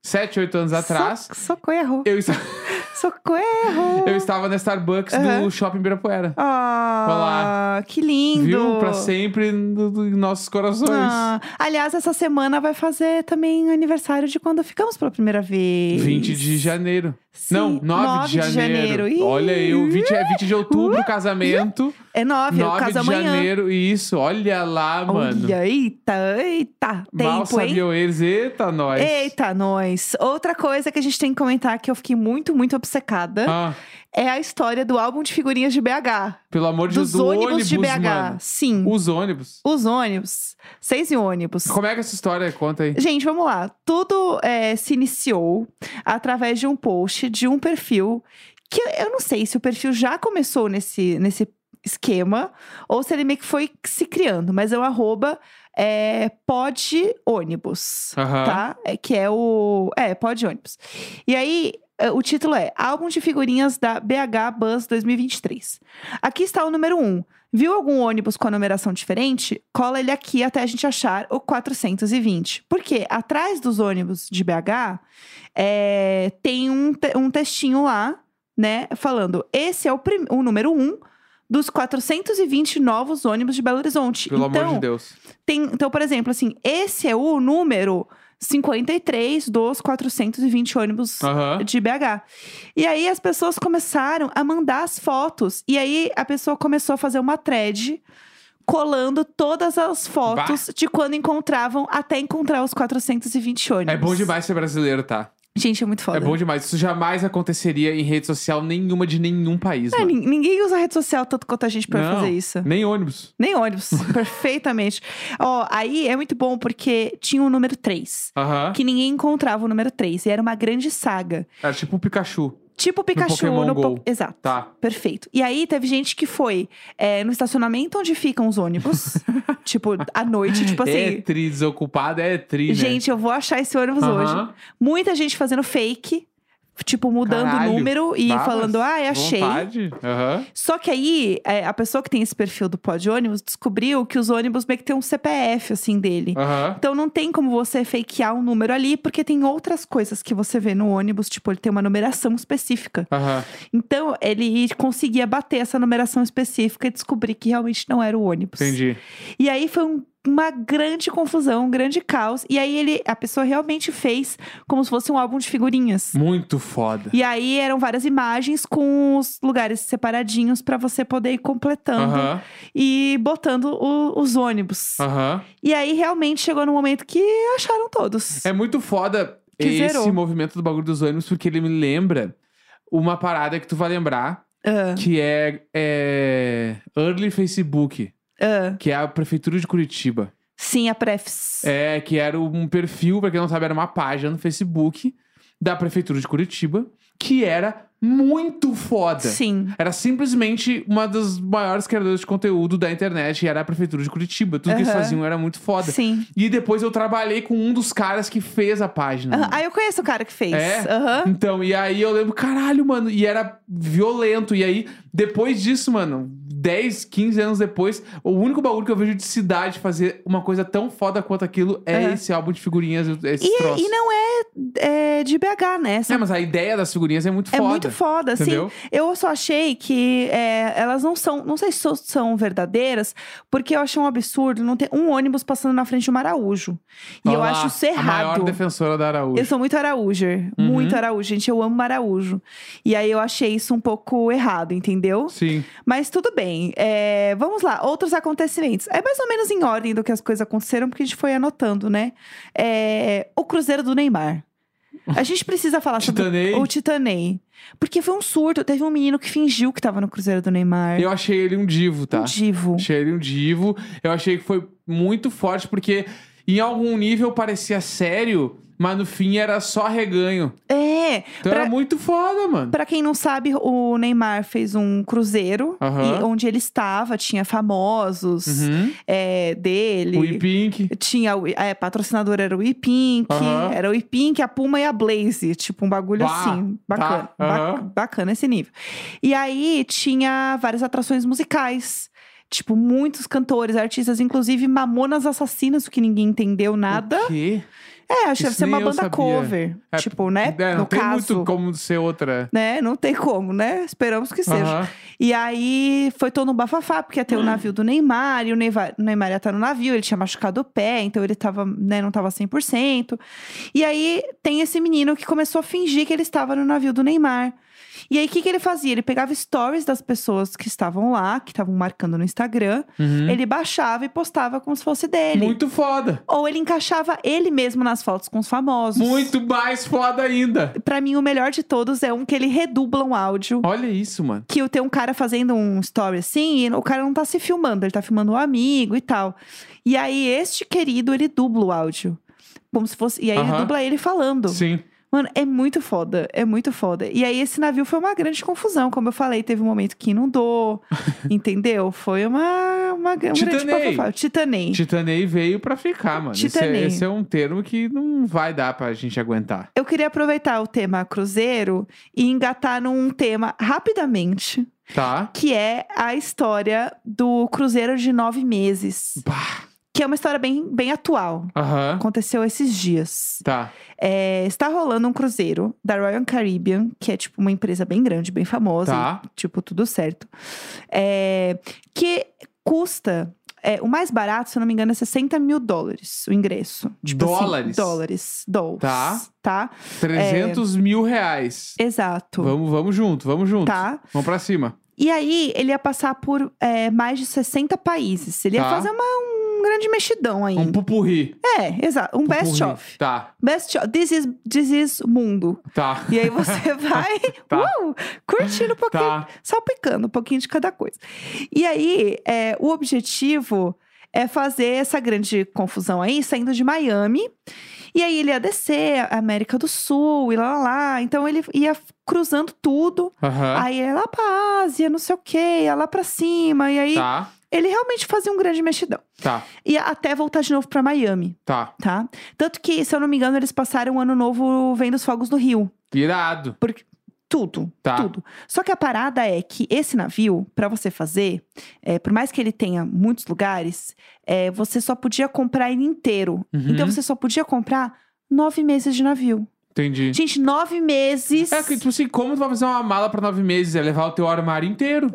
Speaker 1: sete, oito anos atrás,
Speaker 2: So, socorro, [laughs]
Speaker 1: eu, esta-
Speaker 2: socorro.
Speaker 1: eu estava na Starbucks
Speaker 2: Aham.
Speaker 1: do Shopping Ibirapuera.
Speaker 2: Ah, que lindo.
Speaker 1: Viu? Pra sempre no- no- em nossos corações.
Speaker 2: Ah, aliás, essa semana vai fazer também aniversário de quando ficamos pela primeira vez.
Speaker 1: 20 de janeiro.
Speaker 2: Sim,
Speaker 1: Não, 9, de janeiro.
Speaker 2: Ih,
Speaker 1: Olha aí, o 20, é 20 de outubro, casamento.
Speaker 2: É 9,
Speaker 1: 9
Speaker 2: eu caso
Speaker 1: de
Speaker 2: amanhã.
Speaker 1: janeiro, isso. Olha lá, mano.
Speaker 2: Olha, eita, eita.
Speaker 1: Mal
Speaker 2: tempo, hein?
Speaker 1: sabiam eles. Eita, nós.
Speaker 2: Eita, nós. Outra coisa que a gente tem que comentar que eu fiquei muito, muito obcecada
Speaker 1: Ah,
Speaker 2: é a história do álbum de figurinhas de BH.
Speaker 1: pelo amor de Deus,
Speaker 2: Dos
Speaker 1: do
Speaker 2: ônibus,
Speaker 1: ônibus,
Speaker 2: de BH.
Speaker 1: mano.
Speaker 2: Sim.
Speaker 1: Os ônibus.
Speaker 2: Os ônibus. Seis e ônibus.
Speaker 1: Como é que é essa história? Conta aí.
Speaker 2: Gente, vamos lá. Tudo é, se iniciou através de um post de um perfil que eu- eu não sei se o perfil já começou nesse, nesse esquema ou se ele meio que foi se criando, mas é o arroba é, pod ônibus,
Speaker 1: Aham.
Speaker 2: tá? É, que é o. É, pod ônibus. E aí. é, O título é Álbum de Figurinhas da BH Bus 2023. Aqui está o número 1. Um. Viu algum ônibus com a numeração diferente? Cola ele aqui até a gente achar o 420. Porque atrás dos ônibus de BH é, tem um, te- um textinho lá, né? Falando: esse é o, prim- o número 1 dos 420 novos ônibus de Belo Horizonte.
Speaker 1: Pelo
Speaker 2: então,
Speaker 1: amor de Deus.
Speaker 2: tem- então, por exemplo, assim, esse é o número 53 dos 420 ônibus
Speaker 1: Aham.
Speaker 2: de BH. E aí as pessoas começaram a mandar as fotos. E aí a pessoa começou a fazer uma thread colando todas as fotos de quando encontravam até encontrar os 420 ônibus.
Speaker 1: É bom demais ser brasileiro, tá?
Speaker 2: Gente, é muito foda.
Speaker 1: É bom demais. Isso jamais aconteceria em rede social nenhuma de nenhum país,
Speaker 2: É,
Speaker 1: mano.
Speaker 2: nin- ninguém usa rede social tanto quanto a gente pra
Speaker 1: Não.
Speaker 2: fazer isso.
Speaker 1: Nem ônibus.
Speaker 2: Nem
Speaker 1: [laughs]
Speaker 2: ônibus, perfeitamente. Ó, aí é muito bom porque tinha o número 3.
Speaker 1: Aham.
Speaker 2: Que ninguém encontrava o número 3. E era uma grande saga.
Speaker 1: Era tipo o Pikachu.
Speaker 2: Tipo o Pikachu
Speaker 1: Pokémon
Speaker 2: no
Speaker 1: Go.
Speaker 2: Po- Exato.
Speaker 1: Tá.
Speaker 2: Perfeito. E aí teve gente que foi é, no estacionamento onde ficam os
Speaker 1: [laughs]
Speaker 2: ônibus. tipo, à noite, tipo
Speaker 1: é
Speaker 2: assim.
Speaker 1: tri desocupado, é tri, né?
Speaker 2: gente, eu vou achar esse ônibus hoje.
Speaker 1: Aham.
Speaker 2: Muita gente fazendo fake. Tipo, mudando
Speaker 1: Caralho.
Speaker 2: o número e
Speaker 1: Babas,
Speaker 2: falando, ah, achei.
Speaker 1: Tá, Vontade. Aham.
Speaker 2: Só que aí, é, a pessoa que tem esse perfil do pod ônibus descobriu que os ônibus meio que tem um CPF, assim, dele.
Speaker 1: Aham.
Speaker 2: Então não tem como você fakear um número ali, porque tem outras coisas que você vê no ônibus, tipo, ele tem uma numeração específica.
Speaker 1: Aham.
Speaker 2: Então ele conseguia bater essa numeração específica e descobrir que realmente não era o ônibus.
Speaker 1: Entendi.
Speaker 2: E aí foi um- uma grande confusão, um grande caos. E aí ele, a pessoa realmente fez como se fosse um álbum de figurinhas.
Speaker 1: Muito foda.
Speaker 2: E aí eram várias imagens com os lugares separadinhos pra você poder ir completando
Speaker 1: Aham. Ah.
Speaker 2: e botando o- os ônibus.
Speaker 1: Aham.
Speaker 2: E aí realmente chegou no momento que acharam todos.
Speaker 1: É muito foda
Speaker 2: Que
Speaker 1: esse
Speaker 2: zerou.
Speaker 1: movimento do bagulho dos ônibus, porque ele me lembra uma parada que tu vai lembrar,
Speaker 2: Ah,
Speaker 1: que é, é Early Facebook,
Speaker 2: ah.
Speaker 1: que é a prefeitura de Curitiba.
Speaker 2: Sim, a Prefs.
Speaker 1: É, que era um perfil, pra quem não sabe, era uma página no Facebook da prefeitura de Curitiba, que era muito foda.
Speaker 2: Sim.
Speaker 1: Era simplesmente uma das maiores criadoras de conteúdo da internet e era a prefeitura de Curitiba. Tudo que eles
Speaker 2: Aham.
Speaker 1: faziam era muito foda.
Speaker 2: Sim.
Speaker 1: E depois eu trabalhei com um dos caras que fez a página.
Speaker 2: Aham. Ah, eu conheço o cara que fez.
Speaker 1: Hum. É?
Speaker 2: Aham.
Speaker 1: Então, e aí eu lembro, caralho, mano, e era violento. E aí, depois disso, mano, 10, 15 anos depois, o único bagulho que eu vejo de cidade fazer uma coisa tão foda quanto aquilo é
Speaker 2: Aham.
Speaker 1: esse álbum de figurinhas, esses
Speaker 2: E,
Speaker 1: troços.
Speaker 2: e não é, é de BH, né? São-
Speaker 1: É, mas a ideia das figurinhas é muito
Speaker 2: é
Speaker 1: foda.
Speaker 2: muito foda, assim.
Speaker 1: entendeu?
Speaker 2: Eu só achei que é, elas não são, não sei se so- são verdadeiras, porque eu achei um absurdo não ter um ônibus passando na frente de um Araújo. E
Speaker 1: Olha
Speaker 2: eu
Speaker 1: Tá lá,
Speaker 2: acho isso
Speaker 1: A maior
Speaker 2: errado.
Speaker 1: defensora da Araújo.
Speaker 2: Eu sou muito Araújer,
Speaker 1: Uhum.
Speaker 2: muito Araújo, gente. Eu amo Araújo. E aí eu achei isso um pouco errado, entendeu?
Speaker 1: Sim.
Speaker 2: Mas tudo bem. É, vamos lá, outros acontecimentos. É mais ou menos em ordem do que as coisas aconteceram, porque a gente foi anotando, né? É, o Cruzeiro do Neymar. A gente precisa falar
Speaker 1: [laughs]
Speaker 2: sobre
Speaker 1: Titanei.
Speaker 2: o Titanei. Porque foi um surto. Teve um menino que fingiu que tava no Cruzeiro do Neymar.
Speaker 1: Eu achei ele um divo, tá?
Speaker 2: Um divo.
Speaker 1: Achei ele um divo. Eu achei que foi muito forte, porque em algum nível parecia sério, mas no fim era só reganho.
Speaker 2: É.
Speaker 1: Então
Speaker 2: Pra-
Speaker 1: era muito foda, mano.
Speaker 2: Pra quem não sabe, o Neymar fez um cruzeiro.
Speaker 1: Aham.
Speaker 2: e onde ele estava, tinha famosos
Speaker 1: Uhum.
Speaker 2: é, dele.
Speaker 1: O Pink.
Speaker 2: Tinha o é, patrocinador era o E-Pink,
Speaker 1: Aham.
Speaker 2: era o E-Pink, a Puma e a Blaze, tipo um bagulho
Speaker 1: Bah,
Speaker 2: assim, bacana,
Speaker 1: tá,
Speaker 2: ba-
Speaker 1: aham.
Speaker 2: bacana esse nível. E aí tinha várias atrações musicais, tipo muitos cantores, artistas, inclusive Mamonas Assassinas, o que ninguém entendeu nada.
Speaker 1: O quê?
Speaker 2: É, acho que
Speaker 1: Isso
Speaker 2: deve ser uma
Speaker 1: nem eu
Speaker 2: banda
Speaker 1: sabia.
Speaker 2: cover,
Speaker 1: É,
Speaker 2: tipo, né?
Speaker 1: É, não
Speaker 2: no
Speaker 1: tem
Speaker 2: caso,
Speaker 1: muito como ser outra.
Speaker 2: né? Não tem como, né? Esperamos que seja.
Speaker 1: Aham.
Speaker 2: E aí foi todo um bafafá, porque ia
Speaker 1: Hum.
Speaker 2: ter o navio do Neymar, e o Neymar, o Neymar ia estar no navio, ele tinha machucado o pé, então ele tava, né, não tava 100%. E aí tem esse menino que começou a fingir que ele estava no navio do Neymar. E aí o que, que ele fazia? Ele pegava stories das pessoas que estavam lá, que estavam marcando no Instagram,
Speaker 1: Uhum.
Speaker 2: ele baixava e postava como se fosse dele.
Speaker 1: Muito foda.
Speaker 2: Ou ele encaixava ele mesmo nas fotos com os famosos.
Speaker 1: Muito mais foda ainda.
Speaker 2: Pra mim, o melhor de todos é um que ele redubla um áudio
Speaker 1: Olha isso, mano.
Speaker 2: que tem um cara fazendo um story assim, e o cara não tá se filmando, ele tá filmando um amigo e tal. E aí, este querido, ele dubla o áudio. Como se fosse. E aí ele
Speaker 1: Aham.
Speaker 2: dubla ele falando.
Speaker 1: Sim.
Speaker 2: Mano, é muito foda, é muito foda. E aí, esse navio foi uma grande confusão, como eu falei, teve um momento que
Speaker 1: [laughs]
Speaker 2: inundou, entendeu? Foi uma, uma, gra- um grande
Speaker 1: Titanei.
Speaker 2: bafafá. Titanei.
Speaker 1: Titanei veio pra ficar, mano. Esse é,
Speaker 2: Titanei.
Speaker 1: esse é um termo que não vai dar pra gente aguentar.
Speaker 2: Eu queria aproveitar o tema cruzeiro e engatar num tema rapidamente,
Speaker 1: Tá?
Speaker 2: que é a história do cruzeiro de nove meses.
Speaker 1: Bah.
Speaker 2: que é uma história bem, bem atual.
Speaker 1: Aham.
Speaker 2: Aconteceu esses dias.
Speaker 1: Tá.
Speaker 2: É, está rolando um cruzeiro da Royal Caribbean, que é tipo uma empresa bem grande, bem famosa,
Speaker 1: Tá.
Speaker 2: e, tipo tudo certo. É, que custa é, o mais barato, se eu não me engano, é 60 mil dólares o ingresso. Tipo assim,
Speaker 1: Dólares?
Speaker 2: dólares. Dólares.
Speaker 1: Tá.
Speaker 2: Tá.
Speaker 1: 300 mil reais.
Speaker 2: Exato.
Speaker 1: Vamos, vamos junto, vamos junto.
Speaker 2: Tá.
Speaker 1: Vamos pra cima.
Speaker 2: E aí, ele ia passar por é, mais de 60 países. Ele ia
Speaker 1: Tá.
Speaker 2: fazer uma- um grande mexidão aí.
Speaker 1: Um pupurri.
Speaker 2: É, exato. Um best
Speaker 1: Pupurri.
Speaker 2: of.
Speaker 1: Tá,
Speaker 2: Best of. This is, this is mundo.
Speaker 1: tá.
Speaker 2: E aí
Speaker 1: [laughs]
Speaker 2: você vai
Speaker 1: Tá.
Speaker 2: uau, curtindo um pouquinho, [laughs]
Speaker 1: Tá.
Speaker 2: salpicando um pouquinho de cada coisa. E aí, é, o objetivo é fazer essa grande confusão aí, saindo de Miami. E aí ele ia descer a América do Sul e lá, lá, lá. Então ele ia cruzando tudo.
Speaker 1: Aham.
Speaker 2: Aí ia lá pra Ásia, não sei o quê, ia lá pra cima. E aí
Speaker 1: Tá,
Speaker 2: ele realmente fazia um grande mexidão.
Speaker 1: tá,
Speaker 2: E até voltar de novo pra Miami,
Speaker 1: tá.
Speaker 2: tá? Tanto que, se eu não me engano, eles passaram o ano novo vendo os fogos do Rio.
Speaker 1: Irado.
Speaker 2: Tudo,
Speaker 1: Tá.
Speaker 2: tudo. Só que a parada é que esse navio, pra você fazer, é, por mais que ele tenha muitos lugares, é, você só podia comprar ele inteiro.
Speaker 1: Uhum.
Speaker 2: Então você só podia comprar nove meses de navio.
Speaker 1: Entendi.
Speaker 2: Gente, nove meses.
Speaker 1: É que, tipo assim, como tu vai fazer uma mala pra nove meses? É levar o teu armário inteiro.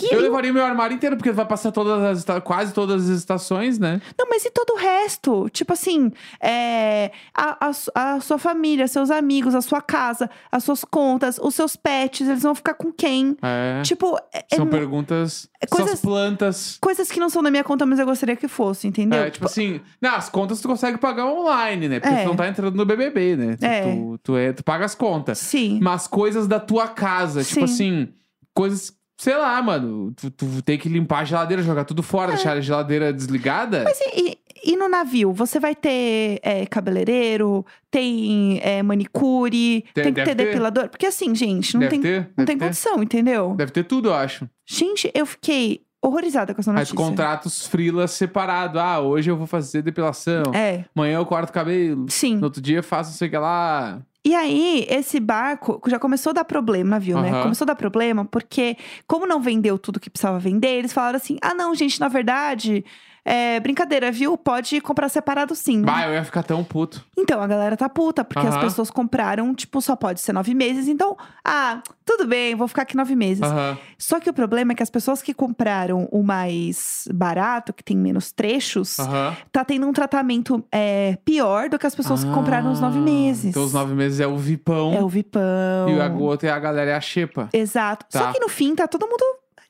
Speaker 2: E-
Speaker 1: Eu levaria meu armário inteiro, porque vai passar todas as esta- quase todas as estações, né?
Speaker 2: Não, mas e todo o resto? Tipo assim, é, a, a su- a sua família, seus amigos, a sua casa, as suas contas, os seus pets, eles vão ficar com quem?
Speaker 1: É.
Speaker 2: Tipo, é- é
Speaker 1: São
Speaker 2: mu-
Speaker 1: perguntas.
Speaker 2: é
Speaker 1: São as
Speaker 2: coisas-
Speaker 1: plantas.
Speaker 2: coisas que não são da minha conta, mas eu gostaria que fosse, entendeu?
Speaker 1: É, tipo assim, não, as contas tu consegue pagar online, né? Porque
Speaker 2: É.
Speaker 1: tu não tá entrando no BBB, né? Tu,
Speaker 2: É.
Speaker 1: tu, tu é, tu paga as contas.
Speaker 2: Sim.
Speaker 1: Mas coisas da tua casa, tipo assim, coisas, sei lá, mano, tu, tu tem que limpar a geladeira, jogar tudo fora, deixar a geladeira desligada.
Speaker 2: É. Mas e, e- e no navio? Você vai ter é, cabeleireiro, tem é, manicure, tem,
Speaker 1: Tem-
Speaker 2: que
Speaker 1: deve
Speaker 2: ter,
Speaker 1: ter.
Speaker 2: depilador? Porque assim, gente, não
Speaker 1: deve
Speaker 2: tem,
Speaker 1: ter,
Speaker 2: não
Speaker 1: deve
Speaker 2: tem
Speaker 1: ter.
Speaker 2: condição, entendeu?
Speaker 1: Deve ter tudo, eu acho.
Speaker 2: Gente, eu fiquei horrorizada com essa
Speaker 1: Mas
Speaker 2: notícia.
Speaker 1: contratos frilas separado. Ah, hoje eu vou fazer depilação,
Speaker 2: É,
Speaker 1: amanhã eu corto o cabelo,
Speaker 2: sim.
Speaker 1: no outro dia eu faço não sei o que lá.
Speaker 2: E aí, esse barco já começou a dar problema, navio, né?
Speaker 1: Aham.
Speaker 2: Começou a dar problema porque, como não vendeu tudo que precisava vender, eles falaram assim: ah, não, gente, na verdade, é brincadeira, viu? Pode comprar separado sim. não
Speaker 1: Bah, eu ia ficar tão puto.
Speaker 2: Então, a galera tá puta, porque as
Speaker 1: Aham.
Speaker 2: pessoas compraram, tipo, só pode ser nove meses. Então, ah, tudo bem, vou ficar aqui nove meses.
Speaker 1: Aham.
Speaker 2: Só que o problema é que as pessoas que compraram o mais barato, que tem menos trechos,
Speaker 1: Aham.
Speaker 2: tá tendo um tratamento é, pior do que as pessoas que compraram os nove
Speaker 1: Ah,
Speaker 2: meses.
Speaker 1: Então os nove meses é o vipão
Speaker 2: É o Vipão.
Speaker 1: e a outra é a galera é a xepa.
Speaker 2: Exato.
Speaker 1: Tá.
Speaker 2: Só que no fim, tá todo mundo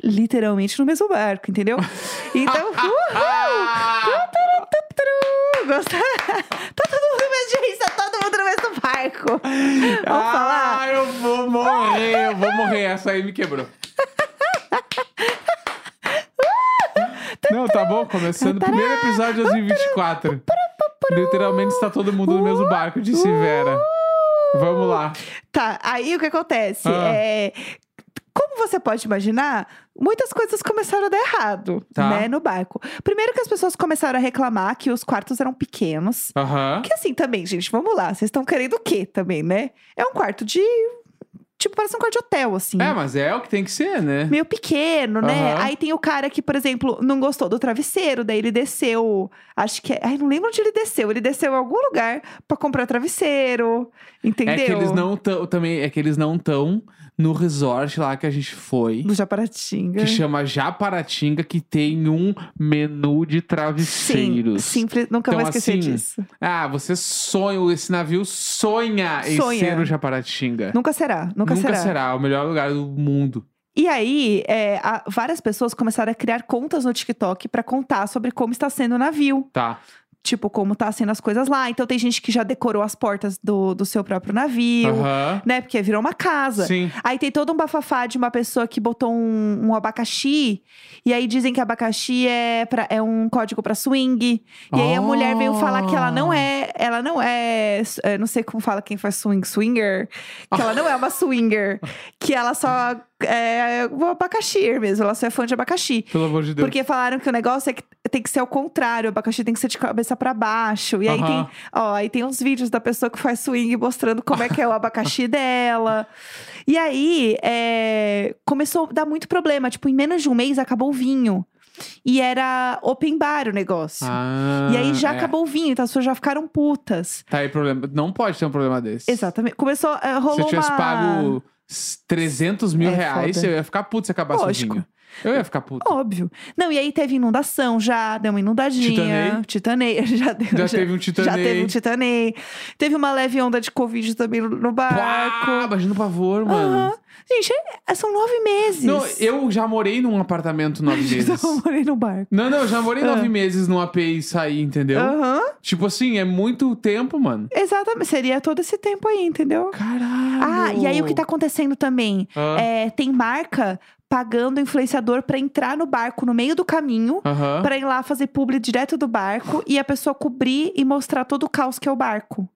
Speaker 2: literalmente no mesmo barco,
Speaker 1: [laughs]
Speaker 2: entendeu? Então, uhul! [laughs]
Speaker 1: Ah!
Speaker 2: Turuturutu! Gostaram? tá todo mundo no mesmo jeito, tá todo mundo no mesmo barco. Vamos falar?
Speaker 1: Ah, eu vou morrer, eu vou morrer. Essa aí me quebrou. Não, tá bom, começando o primeiro episódio de 2024. Literalmente está todo mundo no mesmo barco, disse Vera. Vamos lá.
Speaker 2: Uh! Tá, aí o que acontece?
Speaker 1: Ah.
Speaker 2: É, como você pode imaginar, muitas coisas começaram a dar errado,
Speaker 1: Tá.
Speaker 2: né, no barco. Primeiro que as pessoas começaram a reclamar que os quartos eram pequenos.
Speaker 1: Aham.
Speaker 2: Que assim também, gente, vamos lá, vocês estão querendo o quê também, né? É um quarto de... Tipo, parece um quarto de hotel, assim.
Speaker 1: É, mas é o que tem que ser, né?
Speaker 2: Meio pequeno, né?
Speaker 1: Aham.
Speaker 2: Aí tem o cara que, por exemplo, não gostou do travesseiro, daí ele desceu. Acho que é. Ai, não lembro onde ele desceu. Ele desceu em algum lugar pra comprar travesseiro. Entendeu?
Speaker 1: É que eles não tão, também, é que eles não estão no resort lá que a gente foi.
Speaker 2: Do Japaratinga.
Speaker 1: que chama Japaratinga, que tem um menu de
Speaker 2: Sim,
Speaker 1: travesseiros.
Speaker 2: simples, nunca
Speaker 1: Então,
Speaker 2: vou esquecer
Speaker 1: assim,
Speaker 2: disso.
Speaker 1: Ah, você sonha, esse navio sonha, em
Speaker 2: Sonha.
Speaker 1: ser o Japaratinga.
Speaker 2: Nunca será, nunca, será.
Speaker 1: o melhor lugar do mundo.
Speaker 2: E aí, é, a- várias pessoas começaram a criar contas no TikTok pra contar sobre como está sendo o navio.
Speaker 1: Tá.
Speaker 2: Tipo, como tá sendo as coisas lá. Então tem gente que já decorou as portas do, do seu próprio navio,
Speaker 1: Aham.
Speaker 2: né? Porque virou uma casa.
Speaker 1: Sim.
Speaker 2: Aí tem todo um bafafá de uma pessoa que botou um, um abacaxi. E aí dizem que abacaxi é, pra- é um código pra swing. E aí a
Speaker 1: Ah.
Speaker 2: mulher veio falar que ela não é. Ela não é, é, Não sei como fala quem faz swing, swinger. Que ela não é uma swinger. Que ela só é um abacaxi mesmo. Ela só é fã de abacaxi.
Speaker 1: Pelo amor de Deus.
Speaker 2: Porque falaram que o negócio é que tem que ser o contrário, o abacaxi tem que ser de cabeça pra baixo. E aí
Speaker 1: Aham.
Speaker 2: tem, ó, aí tem uns vídeos da pessoa que faz swing mostrando como é que é o
Speaker 1: [laughs]
Speaker 2: abacaxi dela. E aí é, começou a dar muito problema. Tipo, em menos de um mês acabou o vinho. E era open bar o negócio.
Speaker 1: Ah,
Speaker 2: assim, e aí já
Speaker 1: é.
Speaker 2: acabou o vinho, então as pessoas já ficaram putas.
Speaker 1: Tá aí problema. Não pode ter um problema desse.
Speaker 2: Exatamente. Começou, é, rolou
Speaker 1: Se eu tivesse
Speaker 2: uma...
Speaker 1: pago s- 300 mil
Speaker 2: É
Speaker 1: reais,
Speaker 2: foda.
Speaker 1: eu ia ficar puto se acabasse
Speaker 2: Lógico.
Speaker 1: o vinho. Eu ia
Speaker 2: [laughs]
Speaker 1: ficar puto.
Speaker 2: Óbvio. Não, e aí teve inundação já, deu uma inundadinha. Titanei. [laughs] já deu.
Speaker 1: já, teve
Speaker 2: Já
Speaker 1: um titaneio.
Speaker 2: teve um titanei. Teve uma leve onda de Covid também no- no barco.
Speaker 1: Pá, imagina o pavor, mano.
Speaker 2: Aham. Gente, é- são nove meses.
Speaker 1: Não,
Speaker 2: [laughs]
Speaker 1: eu já morei num apartamento nove meses.
Speaker 2: Então, eu morei no barco.
Speaker 1: Não, não, eu já morei
Speaker 2: Ah.
Speaker 1: nove meses num AP e saí, entendeu?
Speaker 2: Aham.
Speaker 1: Tipo assim, é muito tempo, mano.
Speaker 2: Exatamente. Seria todo esse tempo aí, entendeu?
Speaker 1: Caralho.
Speaker 2: Ah, e aí o que tá acontecendo também?
Speaker 1: Ah,
Speaker 2: É, tem marca pagando influenciador pra entrar no barco no meio do caminho.
Speaker 1: Aham.
Speaker 2: Pra ir lá fazer publi direto do barco e a pessoa cobrir e mostrar todo o caos que é o barco.